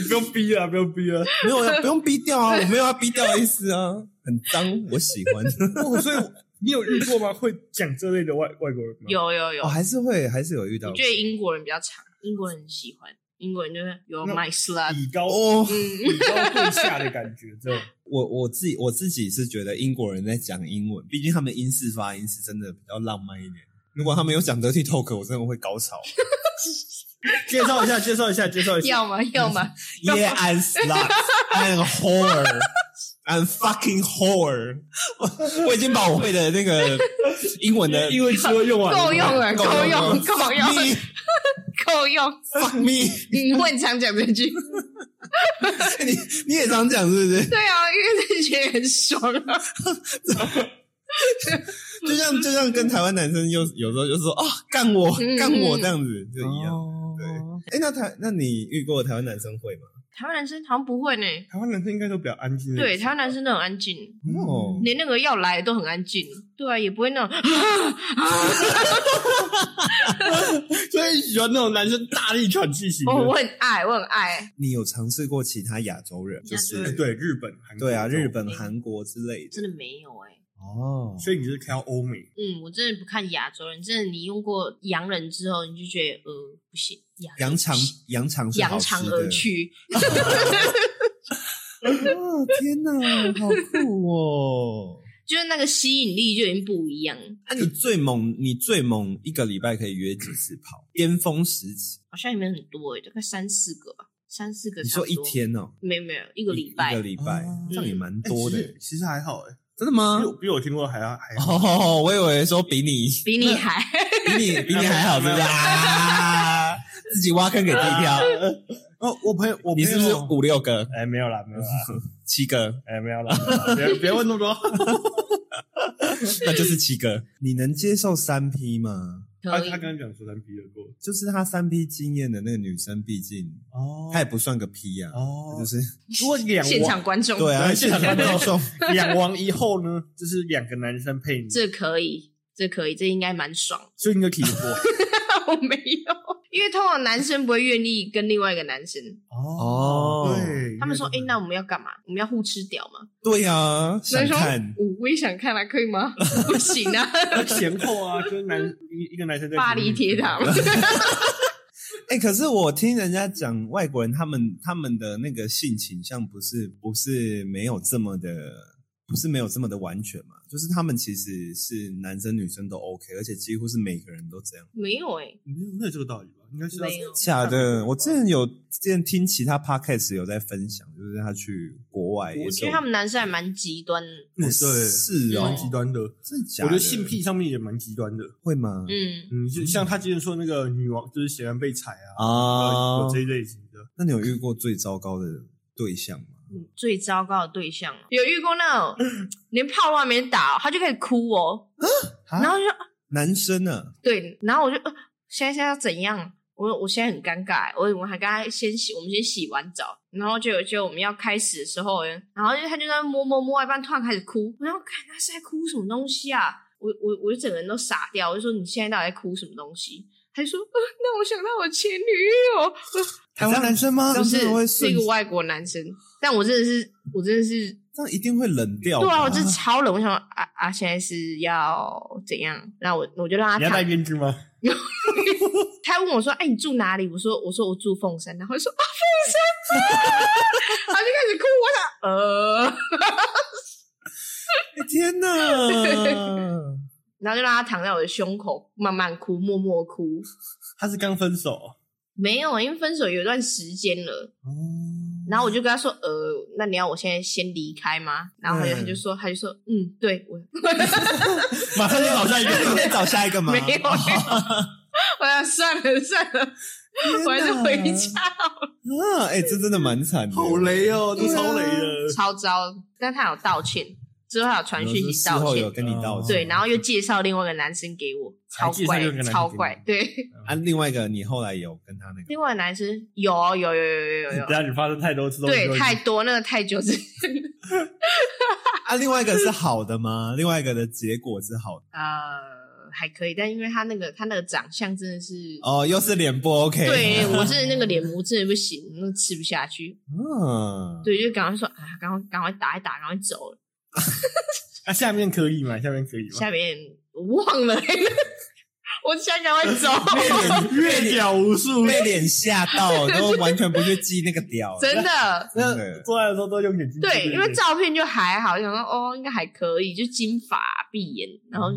[SPEAKER 1] 不用逼啊，不用逼 啊。
[SPEAKER 2] 没有，不用逼掉啊，我没有要逼掉的意思啊，很脏，我喜 欢。哦
[SPEAKER 1] 所以你有遇过吗？会讲这类的外外国人吗？，
[SPEAKER 3] 有有有
[SPEAKER 2] 我、，哦还是会，还是有遇到
[SPEAKER 3] 我
[SPEAKER 2] 过。
[SPEAKER 3] 觉得英国人比较长，英国人喜欢，英国人就是有
[SPEAKER 1] 那
[SPEAKER 3] my slut，
[SPEAKER 1] 以高
[SPEAKER 2] 哦，
[SPEAKER 3] 嗯，
[SPEAKER 1] 以高对下的感觉， 这样。
[SPEAKER 2] 我我自己我自己是觉得英国人在讲英文，毕竟他们英式发音是真的比较浪漫一点。如果他们有讲 dirty talk，我真的会高 潮。
[SPEAKER 1] 介绍一下，介绍一下，介绍一下。
[SPEAKER 3] 要吗？ 要吗？
[SPEAKER 2] Yeah, I'm slut, I'm a whore, I'm fucking whore 我。我已经把我会的那个英文的
[SPEAKER 1] 因为说用完
[SPEAKER 3] 够用了，
[SPEAKER 2] 够
[SPEAKER 3] 够
[SPEAKER 2] 用
[SPEAKER 3] 用
[SPEAKER 2] 了，
[SPEAKER 3] 够用，
[SPEAKER 2] me
[SPEAKER 3] 够用。
[SPEAKER 2] fuck me，
[SPEAKER 3] 你会常讲这句，
[SPEAKER 2] 你你也常讲是不 是？
[SPEAKER 3] 对啊，因为这些很爽啊。
[SPEAKER 2] 就像就像跟台湾男生有有时候就说哦干我
[SPEAKER 3] 嗯
[SPEAKER 2] 干我
[SPEAKER 3] 嗯
[SPEAKER 2] 这样子就一样。对，
[SPEAKER 3] 哦
[SPEAKER 2] 哎、那台那你遇过台湾男生会吗？
[SPEAKER 3] 台湾男生好像不会呢，
[SPEAKER 1] 台湾男生应该都比较安静。
[SPEAKER 3] 对，台湾男生都很安静，
[SPEAKER 2] 哦
[SPEAKER 3] 连那个要来的都很安静，对啊，也不会那种
[SPEAKER 1] 所以喜欢那种男生大力喘气型的。
[SPEAKER 3] 哦我我很爱，我很爱，
[SPEAKER 2] 你有尝试过其他亚洲人？就
[SPEAKER 3] 亚洲
[SPEAKER 2] 是
[SPEAKER 3] 人
[SPEAKER 1] 哎对日本、韩国
[SPEAKER 2] 对啊，日。本、
[SPEAKER 3] 嗯
[SPEAKER 2] 韩国之类的。
[SPEAKER 3] 真的没有哎、
[SPEAKER 2] 哦
[SPEAKER 1] 所以你是看到欧美，
[SPEAKER 3] 嗯，我真的不看亚洲人，真的你用过洋人之后，你就觉得呃不行，亚洲
[SPEAKER 2] 扬
[SPEAKER 3] 不
[SPEAKER 2] 长
[SPEAKER 3] 行
[SPEAKER 2] 扬长是好
[SPEAKER 3] 扬
[SPEAKER 2] 吃
[SPEAKER 3] 长
[SPEAKER 2] 的
[SPEAKER 3] 而去，
[SPEAKER 2] 啊！天哪，好酷哦！
[SPEAKER 3] 就是那个吸引力就已经不一样了，
[SPEAKER 2] 那、啊你最猛，你最猛一个礼拜可以约几次跑？巅峰时期，
[SPEAKER 3] 好像也没有很多诶、欸大概三四个吧，三四个。
[SPEAKER 2] 你说一？天哦、
[SPEAKER 3] 没有没有，一个礼
[SPEAKER 2] 一
[SPEAKER 3] 拜
[SPEAKER 2] 个。礼拜
[SPEAKER 1] 哦，
[SPEAKER 2] 这样也蛮多的、
[SPEAKER 1] 哎其实其实还好哎、
[SPEAKER 2] 真的吗
[SPEAKER 3] 啊
[SPEAKER 1] 比？我比我听过还要还好。
[SPEAKER 2] 哦，我以为说比你
[SPEAKER 3] 比你还
[SPEAKER 2] 比你比你还好，是不是啊？自己挖坑给自己跳，
[SPEAKER 1] 哦，我朋友，我朋
[SPEAKER 2] 你
[SPEAKER 1] 友
[SPEAKER 2] 是不是五六个、
[SPEAKER 1] 哎，没有啦，没有啦，
[SPEAKER 2] 七个？
[SPEAKER 1] 哎，没有啦，没有啦别别问那么 多。
[SPEAKER 2] 那就是七个。你能接受三 P 吗？
[SPEAKER 1] 他
[SPEAKER 3] 可以
[SPEAKER 1] 他，刚刚讲说咱毕业过
[SPEAKER 2] 就是他三 P 经验的那个女生，毕竟
[SPEAKER 1] 哦
[SPEAKER 2] 她也不算个 P 呀、啊，
[SPEAKER 1] 哦
[SPEAKER 2] 就是
[SPEAKER 1] 如果两
[SPEAKER 3] 现场
[SPEAKER 1] 王
[SPEAKER 3] 观众
[SPEAKER 2] 对啊，
[SPEAKER 1] 现场观 众
[SPEAKER 2] 众。
[SPEAKER 1] 两王一后呢，就是两个男生配你，
[SPEAKER 3] 这可以，这可以，这应该蛮爽。
[SPEAKER 1] 所以你就体 波
[SPEAKER 3] 我没有，因为通常男生不会愿意跟另外一个男生，
[SPEAKER 2] 哦
[SPEAKER 1] 对，
[SPEAKER 3] 他们说：“哎、
[SPEAKER 1] 应该
[SPEAKER 3] 那我们要干嘛？我们要互吃屌吗
[SPEAKER 2] 对呀、啊，？”想
[SPEAKER 3] 男生
[SPEAKER 2] 看
[SPEAKER 3] 说：“我也想看啊，可以吗？” 不行啊，
[SPEAKER 1] 那前后啊，就是男一一个男生在
[SPEAKER 3] 巴黎铁塔嘛。
[SPEAKER 2] 哎、可是我听人家讲，外国人他们他们的那个性倾向不是不是没有这么的，不是没有这么的完全嘛？就是他们其实是男生女生都 OK，而且几乎是每个人都这样。
[SPEAKER 3] 没有哎、
[SPEAKER 1] 没有没有这个道理吧？应该是要哦
[SPEAKER 3] 没有
[SPEAKER 2] 假的，我之前有之前听其他 podcast 有在分享，就是他去国外也
[SPEAKER 3] 我
[SPEAKER 2] 是
[SPEAKER 3] 觉
[SPEAKER 2] 有，
[SPEAKER 3] 得他们男生还蛮极端的。
[SPEAKER 1] 嗯
[SPEAKER 2] 是是哦
[SPEAKER 1] 蛮，极端的。嗯我
[SPEAKER 2] 真的假
[SPEAKER 1] 觉
[SPEAKER 2] 的？
[SPEAKER 1] 得性癖上面也蛮极端的。
[SPEAKER 2] 会吗？
[SPEAKER 3] 嗯，
[SPEAKER 1] 嗯，就像他之前说那个女王，就是显然被踩啊，
[SPEAKER 2] 啊
[SPEAKER 1] 有这一类型的。
[SPEAKER 2] 那你有遇过最糟糕的对象吗？
[SPEAKER 3] 嗯最糟糕的对象哦有遇过 那种连炮都还没打哦、他就开始哭哦，
[SPEAKER 1] 啊
[SPEAKER 3] 然后就
[SPEAKER 2] 男生啊呢？
[SPEAKER 3] 对，然后我就、呃、现在现在要怎样？我我现在很尴尬欸，我我还跟他先洗，我们先洗完澡，然后就就我们要开始的时候，欸然后就他就在那摸摸摸，一半突然开始哭，然后看他是在哭什么东西啊？我我我就整个人都傻掉，我就说你现在到底在哭什么东西？他就说、呃那我想到我前女友，
[SPEAKER 2] 台湾男生吗？这
[SPEAKER 3] 不
[SPEAKER 2] 样真的会
[SPEAKER 3] 是是
[SPEAKER 2] 瞬
[SPEAKER 3] 一个外国男生，但我真的是我真的是
[SPEAKER 2] 这样一定会冷掉吧。
[SPEAKER 3] 对啊，我真的超冷，我想说啊啊，现在是要怎样？那我我就让他
[SPEAKER 1] 你要戴
[SPEAKER 3] 躺。
[SPEAKER 1] 面具吗？
[SPEAKER 3] 他问我说：“哎、你住哪里？”我说：“我说我住凤山。”然后他说：“啊，凤山。啊” 他就开始哭，我想呃，
[SPEAKER 2] 哎天 哦哪！
[SPEAKER 3] 然后就让他躺在我的胸口，慢慢哭，默默哭。
[SPEAKER 1] 他是刚分
[SPEAKER 2] 哦
[SPEAKER 1] 手
[SPEAKER 3] 没有，因为分手有一段时间了。
[SPEAKER 1] 哦，
[SPEAKER 3] 然后我就跟他说：“呃，那你要我现在先离开吗？”然后他就、
[SPEAKER 2] 嗯
[SPEAKER 3] 他就说：“他就说，嗯，对我
[SPEAKER 2] 马上就找下一个，再找 下一个吗？
[SPEAKER 3] 没有。没有”我想算了算了，我还是回家好了
[SPEAKER 2] 啊！哎，这真的蛮惨的，
[SPEAKER 1] 好雷哦，这
[SPEAKER 2] 对啊
[SPEAKER 1] 超雷的。
[SPEAKER 3] 超糟。但他有道歉，之后他有传讯息
[SPEAKER 2] 事
[SPEAKER 3] 道
[SPEAKER 2] 后有
[SPEAKER 3] 歉，
[SPEAKER 2] 跟你道歉，
[SPEAKER 3] 对，然后又介绍另外一个男生给我，
[SPEAKER 1] 哦还
[SPEAKER 3] 超
[SPEAKER 1] 介绍
[SPEAKER 3] 怪
[SPEAKER 1] 另外一个，男生
[SPEAKER 3] 超
[SPEAKER 1] 给
[SPEAKER 3] 怪
[SPEAKER 1] 你。
[SPEAKER 3] 对，
[SPEAKER 2] 啊，另外一个你后来有跟他那个
[SPEAKER 3] 另外一个男生有有有有有有
[SPEAKER 1] 等
[SPEAKER 3] 有，
[SPEAKER 1] 下你发生太多次都
[SPEAKER 3] 对，太多那个太久之
[SPEAKER 2] 啊，另外一个是好的吗？另外一个的结果是好的
[SPEAKER 3] 呃还可以，但因为他那个他那个长相真的是，
[SPEAKER 2] 哦，又是脸不 OK，
[SPEAKER 3] 对我真的那个脸模真的不行，那吃不下去，
[SPEAKER 2] 嗯，
[SPEAKER 3] 对，就赶快说啊，赶快赶快打一打，赶快走了。
[SPEAKER 1] 啊，下面可以吗？下面可以吗？
[SPEAKER 3] 下面我忘了， 我想赶 快走。
[SPEAKER 1] 越屌无数，
[SPEAKER 2] 被脸吓到，都完全不去记那个屌，
[SPEAKER 3] 真 的，
[SPEAKER 2] 真
[SPEAKER 1] 那
[SPEAKER 2] 的
[SPEAKER 1] 做爱的时候都用眼睛盯着你。
[SPEAKER 3] 对，因为照片就还好，想说哦，应该还可以，就金发碧眼，然后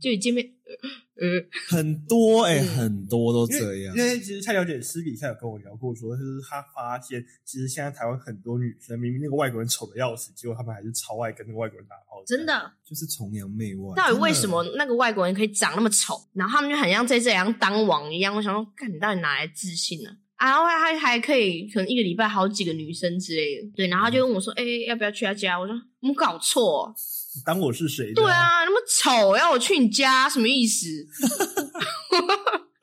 [SPEAKER 3] 就就见面，呃，呃
[SPEAKER 2] 很多哎，
[SPEAKER 3] 嗯
[SPEAKER 2] 很多都
[SPEAKER 1] 因
[SPEAKER 2] 这
[SPEAKER 1] 为
[SPEAKER 2] 样
[SPEAKER 1] 因。为其实蔡小姐私底下有跟我聊过说，就是她发现其实现在台湾很多女生明明那个外国人丑的要死，结果她们还是超爱跟那个外国人打炮。
[SPEAKER 3] 真的，
[SPEAKER 2] 就是崇洋媚外。
[SPEAKER 3] 到底为什么那个外国人可以长那么丑？然后他们就很像在这样当王一样。我想说，看你到底哪来自信呢、啊？然后他还可以，可能一个礼拜好几个女生之类的，对。然后他就问我说：“哎、要不要去他家？”我说：“我们搞错、哦，
[SPEAKER 1] 当我是谁？
[SPEAKER 3] 对，啊，那么丑，要我去你家什么意思？”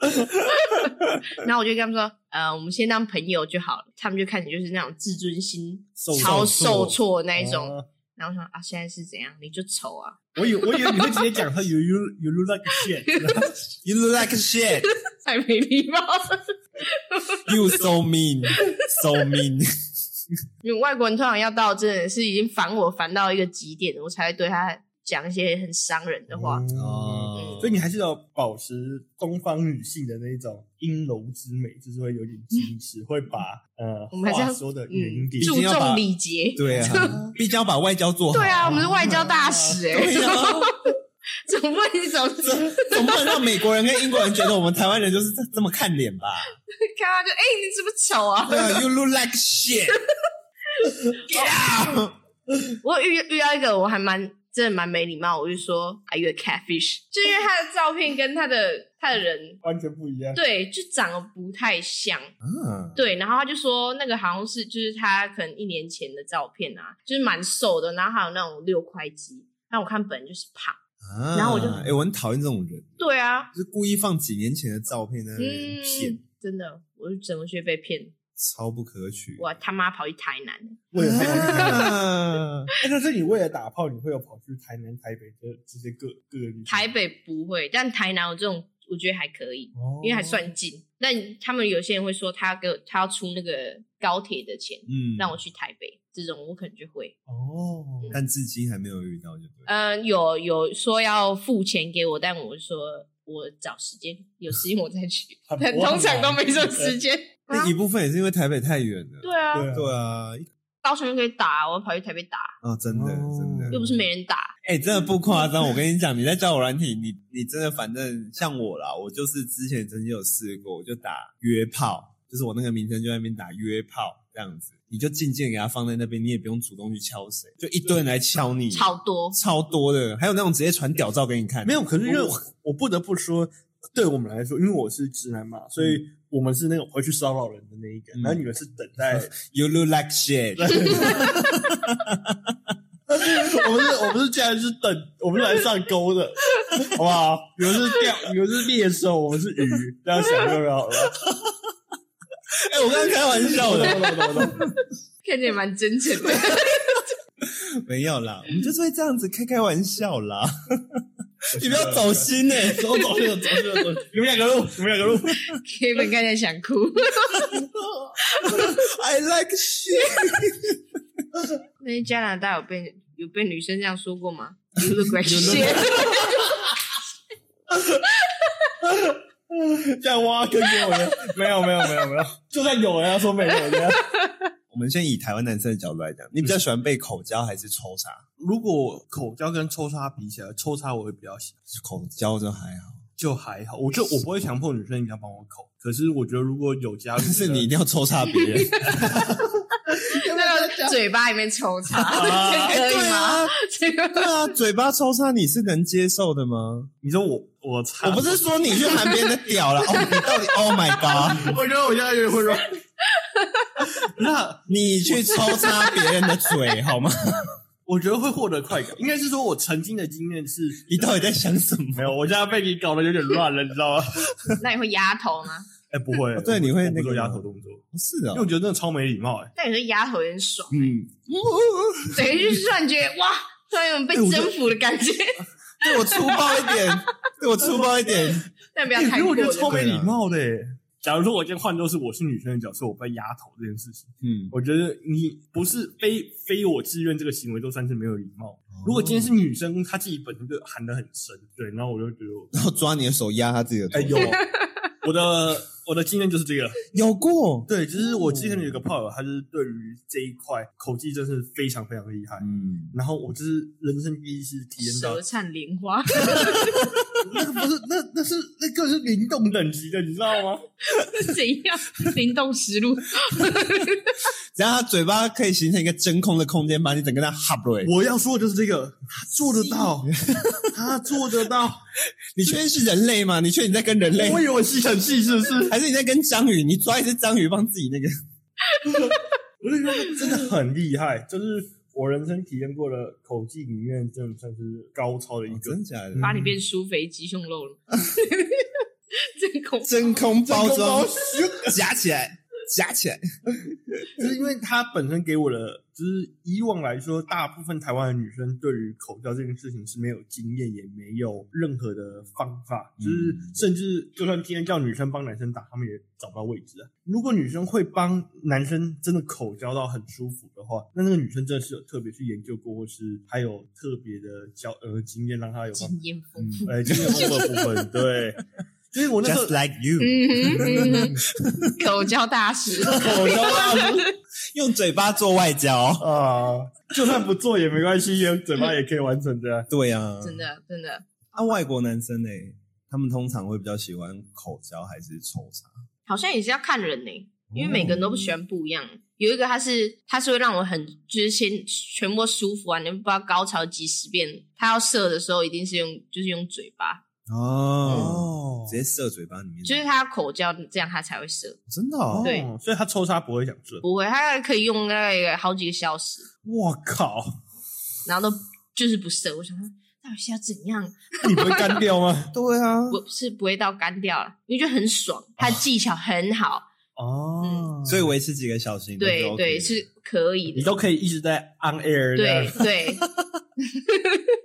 [SPEAKER 3] 然后我就跟他们说：“呃，我们先当朋友就好了。”他们就看你就是那种自尊心
[SPEAKER 1] 受
[SPEAKER 3] 超
[SPEAKER 2] 受挫
[SPEAKER 3] 受挫的那一种。
[SPEAKER 1] 啊
[SPEAKER 3] 然后我想啊，现在是怎样？你就丑啊！
[SPEAKER 1] 我以为我以为你会直接讲她 you you you look like shit，
[SPEAKER 2] ？You look like shit.
[SPEAKER 3] 太没礼貌。
[SPEAKER 2] You so mean, so mean.
[SPEAKER 3] 因为外国人通常要到真的是已经烦我烦到一个极点，我才会对他讲一些很伤人的话。
[SPEAKER 2] 哦，
[SPEAKER 1] 所以你还是要保持东方女性的那种阴柔之美，就是会有点矜持，会把呃
[SPEAKER 3] 我们还是要
[SPEAKER 1] 话说的圆
[SPEAKER 3] 嗯
[SPEAKER 1] 一，点。
[SPEAKER 3] 注
[SPEAKER 2] 竟要把
[SPEAKER 3] 重礼节。
[SPEAKER 2] 对啊，毕竟要把外交做好。
[SPEAKER 3] 对啊，我们是外交大使哎、
[SPEAKER 2] 对啊，
[SPEAKER 3] 怎么会怎么
[SPEAKER 2] 总 总不能让美国人跟英国人觉得我们台湾人就是这这么看脸吧？
[SPEAKER 3] 看到就哎、你怎么丑啊？
[SPEAKER 2] 对啊，You look like shit。
[SPEAKER 3] 我遇遇到一个我还蛮真的蛮没礼貌，我就说 Are you a catfish？就因为他的照片跟他的他的人
[SPEAKER 1] 完全不一样。
[SPEAKER 3] 对，就长得不太像。
[SPEAKER 2] 嗯，
[SPEAKER 3] 对，然后他就说那个好像是就是他可能一年前的照片啊，就是蛮瘦的，然后还有那种六块肌，但我看本人就是胖。
[SPEAKER 2] 啊
[SPEAKER 3] 然后我就
[SPEAKER 2] 哎，我很讨厌这种人，
[SPEAKER 3] 对啊，
[SPEAKER 2] 就是故意放几年前的照片在那边骗
[SPEAKER 3] 嗯，，真的，我就整个学被骗，
[SPEAKER 2] 超不可取。
[SPEAKER 3] 我他妈跑去台南，
[SPEAKER 1] 为了台湾女性，
[SPEAKER 2] 啊
[SPEAKER 1] 哎但是你为了打炮，你会有跑去台南、台北的这些各各个地方
[SPEAKER 3] 台，北不会，但台南我这种我觉得还可以，
[SPEAKER 1] 哦
[SPEAKER 3] 因为还算近。但他们有些人会说他要给我他要出那个高铁的钱，
[SPEAKER 2] 嗯，
[SPEAKER 3] 让我，去台北，这种我可能就会。
[SPEAKER 1] 哦，
[SPEAKER 2] 但至今还没有遇到，就对了。
[SPEAKER 3] 嗯，有有说要付钱给我，但我说我找时间，有时间我再去
[SPEAKER 1] 很，
[SPEAKER 3] 但通常都没什么时间。
[SPEAKER 2] 那一部分也是因为台北太远了。
[SPEAKER 3] 啊对啊，
[SPEAKER 1] 对啊
[SPEAKER 2] 对啊，
[SPEAKER 3] 高雄就可以打，我跑去台北打，
[SPEAKER 2] 啊，真的
[SPEAKER 1] 哦
[SPEAKER 2] 真的，
[SPEAKER 3] 又不是嗯没人打。
[SPEAKER 2] 哎、真的不夸张，我跟你讲，你在交友软体，你你真的反正像我啦，我就是之前曾经有试过，我就打约炮，就是我那个名称就在那边打约炮这样子，你就静静地给它放在那边，你也不用主动去敲谁，就一堆人来敲你，
[SPEAKER 3] 超多，
[SPEAKER 2] 超多的，还有那种直接传屌照给你看，
[SPEAKER 1] 没有，可是因为
[SPEAKER 2] 我
[SPEAKER 1] 我我不得不说，对我们来说，因为我是直男嘛，所以我们是那种会去骚扰人的那一个，
[SPEAKER 2] 嗯
[SPEAKER 1] 然后你们是等待
[SPEAKER 2] you look like shit，
[SPEAKER 1] 我们是，我们是竟然是等，我们是来上钩的， 好不好？你们是钓，你们是猎手，我们是鱼，这样想就好 了。
[SPEAKER 2] 哎、我刚刚开玩笑的，
[SPEAKER 3] 看起来蛮真诚的。
[SPEAKER 2] 没有 啦，我们就是会这样子开开玩笑啦，你不要走心哎、
[SPEAKER 1] 走走走走走，你们两个 录，你们两个录。
[SPEAKER 3] Kevin 看起来想哭。
[SPEAKER 2] i like shit，
[SPEAKER 3] 那些加拿大有被有被女生这样说过吗？You look like
[SPEAKER 2] You look
[SPEAKER 3] shit。
[SPEAKER 1] 这样挖坑给我啊的，没有没有没有没有，就算有人要说没有，这样
[SPEAKER 2] 我们先以台湾男生的角度来讲，你比较喜欢被口交还是抽查？
[SPEAKER 4] 如果口交跟抽插比起来，抽插我会比较喜欢，
[SPEAKER 2] 口交就还好，
[SPEAKER 4] 就还好。我就我不会强迫女生一定要帮我口，可是我觉得如果有加入
[SPEAKER 2] 但
[SPEAKER 4] 的，
[SPEAKER 2] 是你一定要抽查别 人，
[SPEAKER 3] 那个嘴巴里面抽插，
[SPEAKER 2] 啊
[SPEAKER 3] 这可以
[SPEAKER 2] 对
[SPEAKER 3] 吗？
[SPEAKER 2] 啊，
[SPEAKER 3] 这个
[SPEAKER 2] 对啊，嘴巴抽插你是能接受的吗？
[SPEAKER 4] 你说我我插，
[SPEAKER 2] 我不是说你去含别人的屌了，哦，你到底 Oh my God，
[SPEAKER 4] 我觉得我现在有点混 乱。那
[SPEAKER 2] 你去抽插别人的嘴好吗？
[SPEAKER 4] 我觉得会获得快感，应该是说我曾经的经验是
[SPEAKER 2] 你到底在想什么？
[SPEAKER 4] 没有，我现在被你搞得有点乱了，你知道吗？
[SPEAKER 3] 那你会压头吗？
[SPEAKER 4] 哎、不会，
[SPEAKER 2] 对你会
[SPEAKER 4] 我不
[SPEAKER 2] 那个
[SPEAKER 4] 做压
[SPEAKER 2] 吗
[SPEAKER 4] 头动作，
[SPEAKER 2] 不是
[SPEAKER 4] 因为我
[SPEAKER 2] 哦，
[SPEAKER 4] 觉得真的超没礼貌哎、
[SPEAKER 3] 但有时候压头有点爽，
[SPEAKER 4] 嗯，
[SPEAKER 3] 等于就是突然觉得哇，突然有种被征服的感觉，
[SPEAKER 2] 对我粗暴一点，对我粗暴一点，
[SPEAKER 3] 但不要
[SPEAKER 4] 因
[SPEAKER 3] 太
[SPEAKER 4] 为
[SPEAKER 3] 过
[SPEAKER 4] 哎我觉得
[SPEAKER 3] 了。
[SPEAKER 4] 超没礼貌的、哎假如说我今天换都是我是女生的角色，我被压头这件事情，
[SPEAKER 2] 嗯，
[SPEAKER 4] 我觉得你不是非非我自愿这个行为都算是没有礼貌。如果今天是女生，她自己本身就含得很深，对，然后我就觉得我，
[SPEAKER 2] 然后抓你的手压他自己的头，
[SPEAKER 4] 哎呦， 我的我的经验就是这个。
[SPEAKER 2] 有过，
[SPEAKER 4] 对，就是我之前有一个炮友，他就是对于这一块口技真是非常非常厉害。
[SPEAKER 2] 嗯，
[SPEAKER 4] 然后我就是人生第一次体验到
[SPEAKER 3] 舌，灿莲花，
[SPEAKER 4] 那个不是那那是那个是灵动等级的，你知道吗？
[SPEAKER 3] 怎样？灵动实录，
[SPEAKER 2] 然后他嘴巴可以形成一个真空的空间，把你整个人哈不
[SPEAKER 4] 我要说的就是这个，他做得到，他做得到。
[SPEAKER 2] 你确定是人类吗？你确定你在跟人类
[SPEAKER 4] 我？以为我吸尘器是不是？
[SPEAKER 2] 还是你在跟章鱼？你抓一只章鱼帮自己那个？
[SPEAKER 1] 我就觉得真的很厉害，就是我人生体验过的口技里面，真的算是高超的一个。
[SPEAKER 2] 假哦的
[SPEAKER 3] 把你变苏肥鸡胸 肉了，真恐怖。
[SPEAKER 2] 真空包装
[SPEAKER 1] 真空包
[SPEAKER 2] 夹起来，夹起来。
[SPEAKER 1] 就是因为他本身给我的，就是以往来说，大部分台湾的女生对于口交这件事情是没有经验，也没有任何的方法，
[SPEAKER 2] 嗯
[SPEAKER 1] 就是甚至就算今天叫女生帮男生打，他们也找不到位置啊。如果女生会帮男生真的口交到很舒服的话，那那个女生真的是有特别去研究过，或是她有特别的交呃经验，让她有
[SPEAKER 3] 经验丰富。
[SPEAKER 1] 呃经验丰富的部分。对，就是我那时候
[SPEAKER 2] Just like you，、
[SPEAKER 3] 嗯哼，嗯 哼口交大师，
[SPEAKER 1] 口交大叔。
[SPEAKER 2] 用嘴巴做外交。
[SPEAKER 1] 啊，就算不做也没关系，用嘴巴也可以完成的。
[SPEAKER 2] 对啊，
[SPEAKER 3] 真。的真的
[SPEAKER 2] 啊，外国男生呢、他们通常会比较喜欢口交还是抽插？
[SPEAKER 3] 好像也是要看人呢、因为每个人都不喜欢不一样。有一个他是他是会让我很就是先全部舒服啊，你不知道高潮几十遍，他要射的时候一定是用就是用嘴巴，
[SPEAKER 2] 哦，
[SPEAKER 1] 哦
[SPEAKER 2] 直接射嘴巴里面，
[SPEAKER 3] 就是他口交这样他才会射，
[SPEAKER 2] 真的、哦。
[SPEAKER 3] 对，
[SPEAKER 1] 所以他抽插不会想射。
[SPEAKER 3] 不会他可以用大概好几个小时，
[SPEAKER 1] 我靠，
[SPEAKER 3] 然后都就是不射。我想说到底是要怎样？
[SPEAKER 1] 你不会干掉 吗？
[SPEAKER 2] 对啊，
[SPEAKER 3] 不是不会到干掉了，因为就很爽，他技巧很好，
[SPEAKER 1] 哦，
[SPEAKER 3] 嗯
[SPEAKER 2] 所以维持几个小时你都
[SPEAKER 3] 对
[SPEAKER 2] OK 的
[SPEAKER 3] 对是可以
[SPEAKER 1] 你
[SPEAKER 3] 的，
[SPEAKER 1] 都可以一直在 on air
[SPEAKER 3] 对
[SPEAKER 1] 的。
[SPEAKER 3] 对。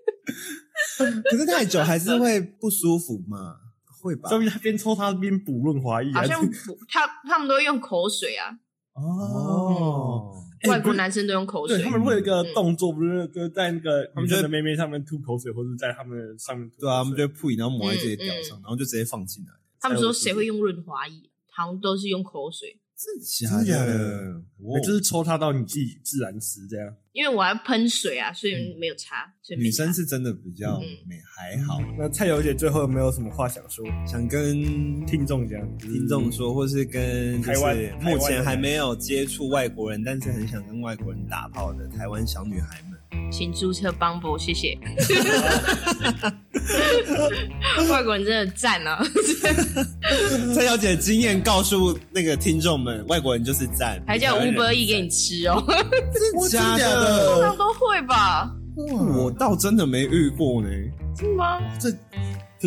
[SPEAKER 2] 可是太久还是会不舒服嘛，会吧
[SPEAKER 1] 说？明他边抽插边补润滑液啊，
[SPEAKER 3] 好像不，他他们都会用口水啊，
[SPEAKER 1] 哦，哎
[SPEAKER 3] 外国
[SPEAKER 1] 不是
[SPEAKER 3] 男生都用口水
[SPEAKER 1] 对，他们会有一个动作，不是就是在那个
[SPEAKER 2] 他
[SPEAKER 1] 嗯他
[SPEAKER 2] 们
[SPEAKER 1] 们
[SPEAKER 2] 就
[SPEAKER 1] 的妹妹上面吐口水，或者在他们的上面吐口水。
[SPEAKER 2] 对啊，他们就会噗，然后抹在自己的屌上，然后就直接放进来。
[SPEAKER 3] 他们说谁会用润滑液，好像都是用口水，
[SPEAKER 2] 真的
[SPEAKER 1] 真的假的
[SPEAKER 2] 的？
[SPEAKER 1] 对就
[SPEAKER 2] 就是
[SPEAKER 1] 是抽插到你自己自然吃这样。
[SPEAKER 3] 因为我还喷水啊，所
[SPEAKER 1] 嗯
[SPEAKER 3] 以没有擦，所以没
[SPEAKER 2] 女
[SPEAKER 3] 擦
[SPEAKER 2] 生是真的比较
[SPEAKER 3] 嗯
[SPEAKER 2] 美，还好。
[SPEAKER 1] 那蔡小姐最后有没有什么话想说？
[SPEAKER 2] 想跟
[SPEAKER 1] 听众嗯讲，
[SPEAKER 2] 听众说，或是跟就
[SPEAKER 1] 台湾
[SPEAKER 2] 是目前还没有接触外国人，但是很想跟外国人打炮的台湾小女孩们，
[SPEAKER 3] 请注册 Bumble，谢谢。外国人真的赞啊！
[SPEAKER 2] 蔡小姐经验告诉那个听众们，外国人就是赞，
[SPEAKER 3] 还叫
[SPEAKER 2] 台湾
[SPEAKER 3] 吴
[SPEAKER 2] 人
[SPEAKER 3] 伯义给你吃 哦，
[SPEAKER 2] 是
[SPEAKER 1] 真
[SPEAKER 2] 假
[SPEAKER 1] 的假的？
[SPEAKER 2] 的
[SPEAKER 3] 通常都会吧？
[SPEAKER 2] 我倒真的没遇过呢。
[SPEAKER 3] 是吗？
[SPEAKER 1] 这，可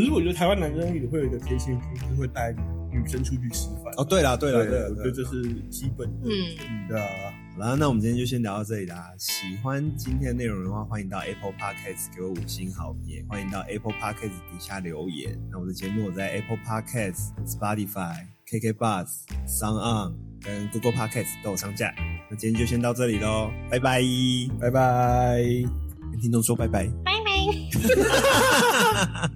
[SPEAKER 1] 是我觉得台湾男生也会有一个贴心，就是会带女生出去吃饭。
[SPEAKER 2] 哦，对啦，对啦，
[SPEAKER 1] 对对，
[SPEAKER 2] 对啦，
[SPEAKER 1] 我觉
[SPEAKER 2] 对
[SPEAKER 1] 得
[SPEAKER 2] 啦。
[SPEAKER 1] 这是基本的。
[SPEAKER 3] 嗯，
[SPEAKER 1] 对啊，
[SPEAKER 2] 好啦，那我们今天就先聊到这里啦。喜欢今天的内容的话，欢迎到 Apple Podcast 给我五星好评，也欢迎到 Apple Podcast 底下留言。那我的节目我在 Apple Podcast、Spotify、KK Bus、Sound On 跟 Google Podcast 都有上架。那今天就先到这里喽，拜拜！
[SPEAKER 1] 拜拜。
[SPEAKER 2] 跟听众说拜拜。
[SPEAKER 3] 拜拜。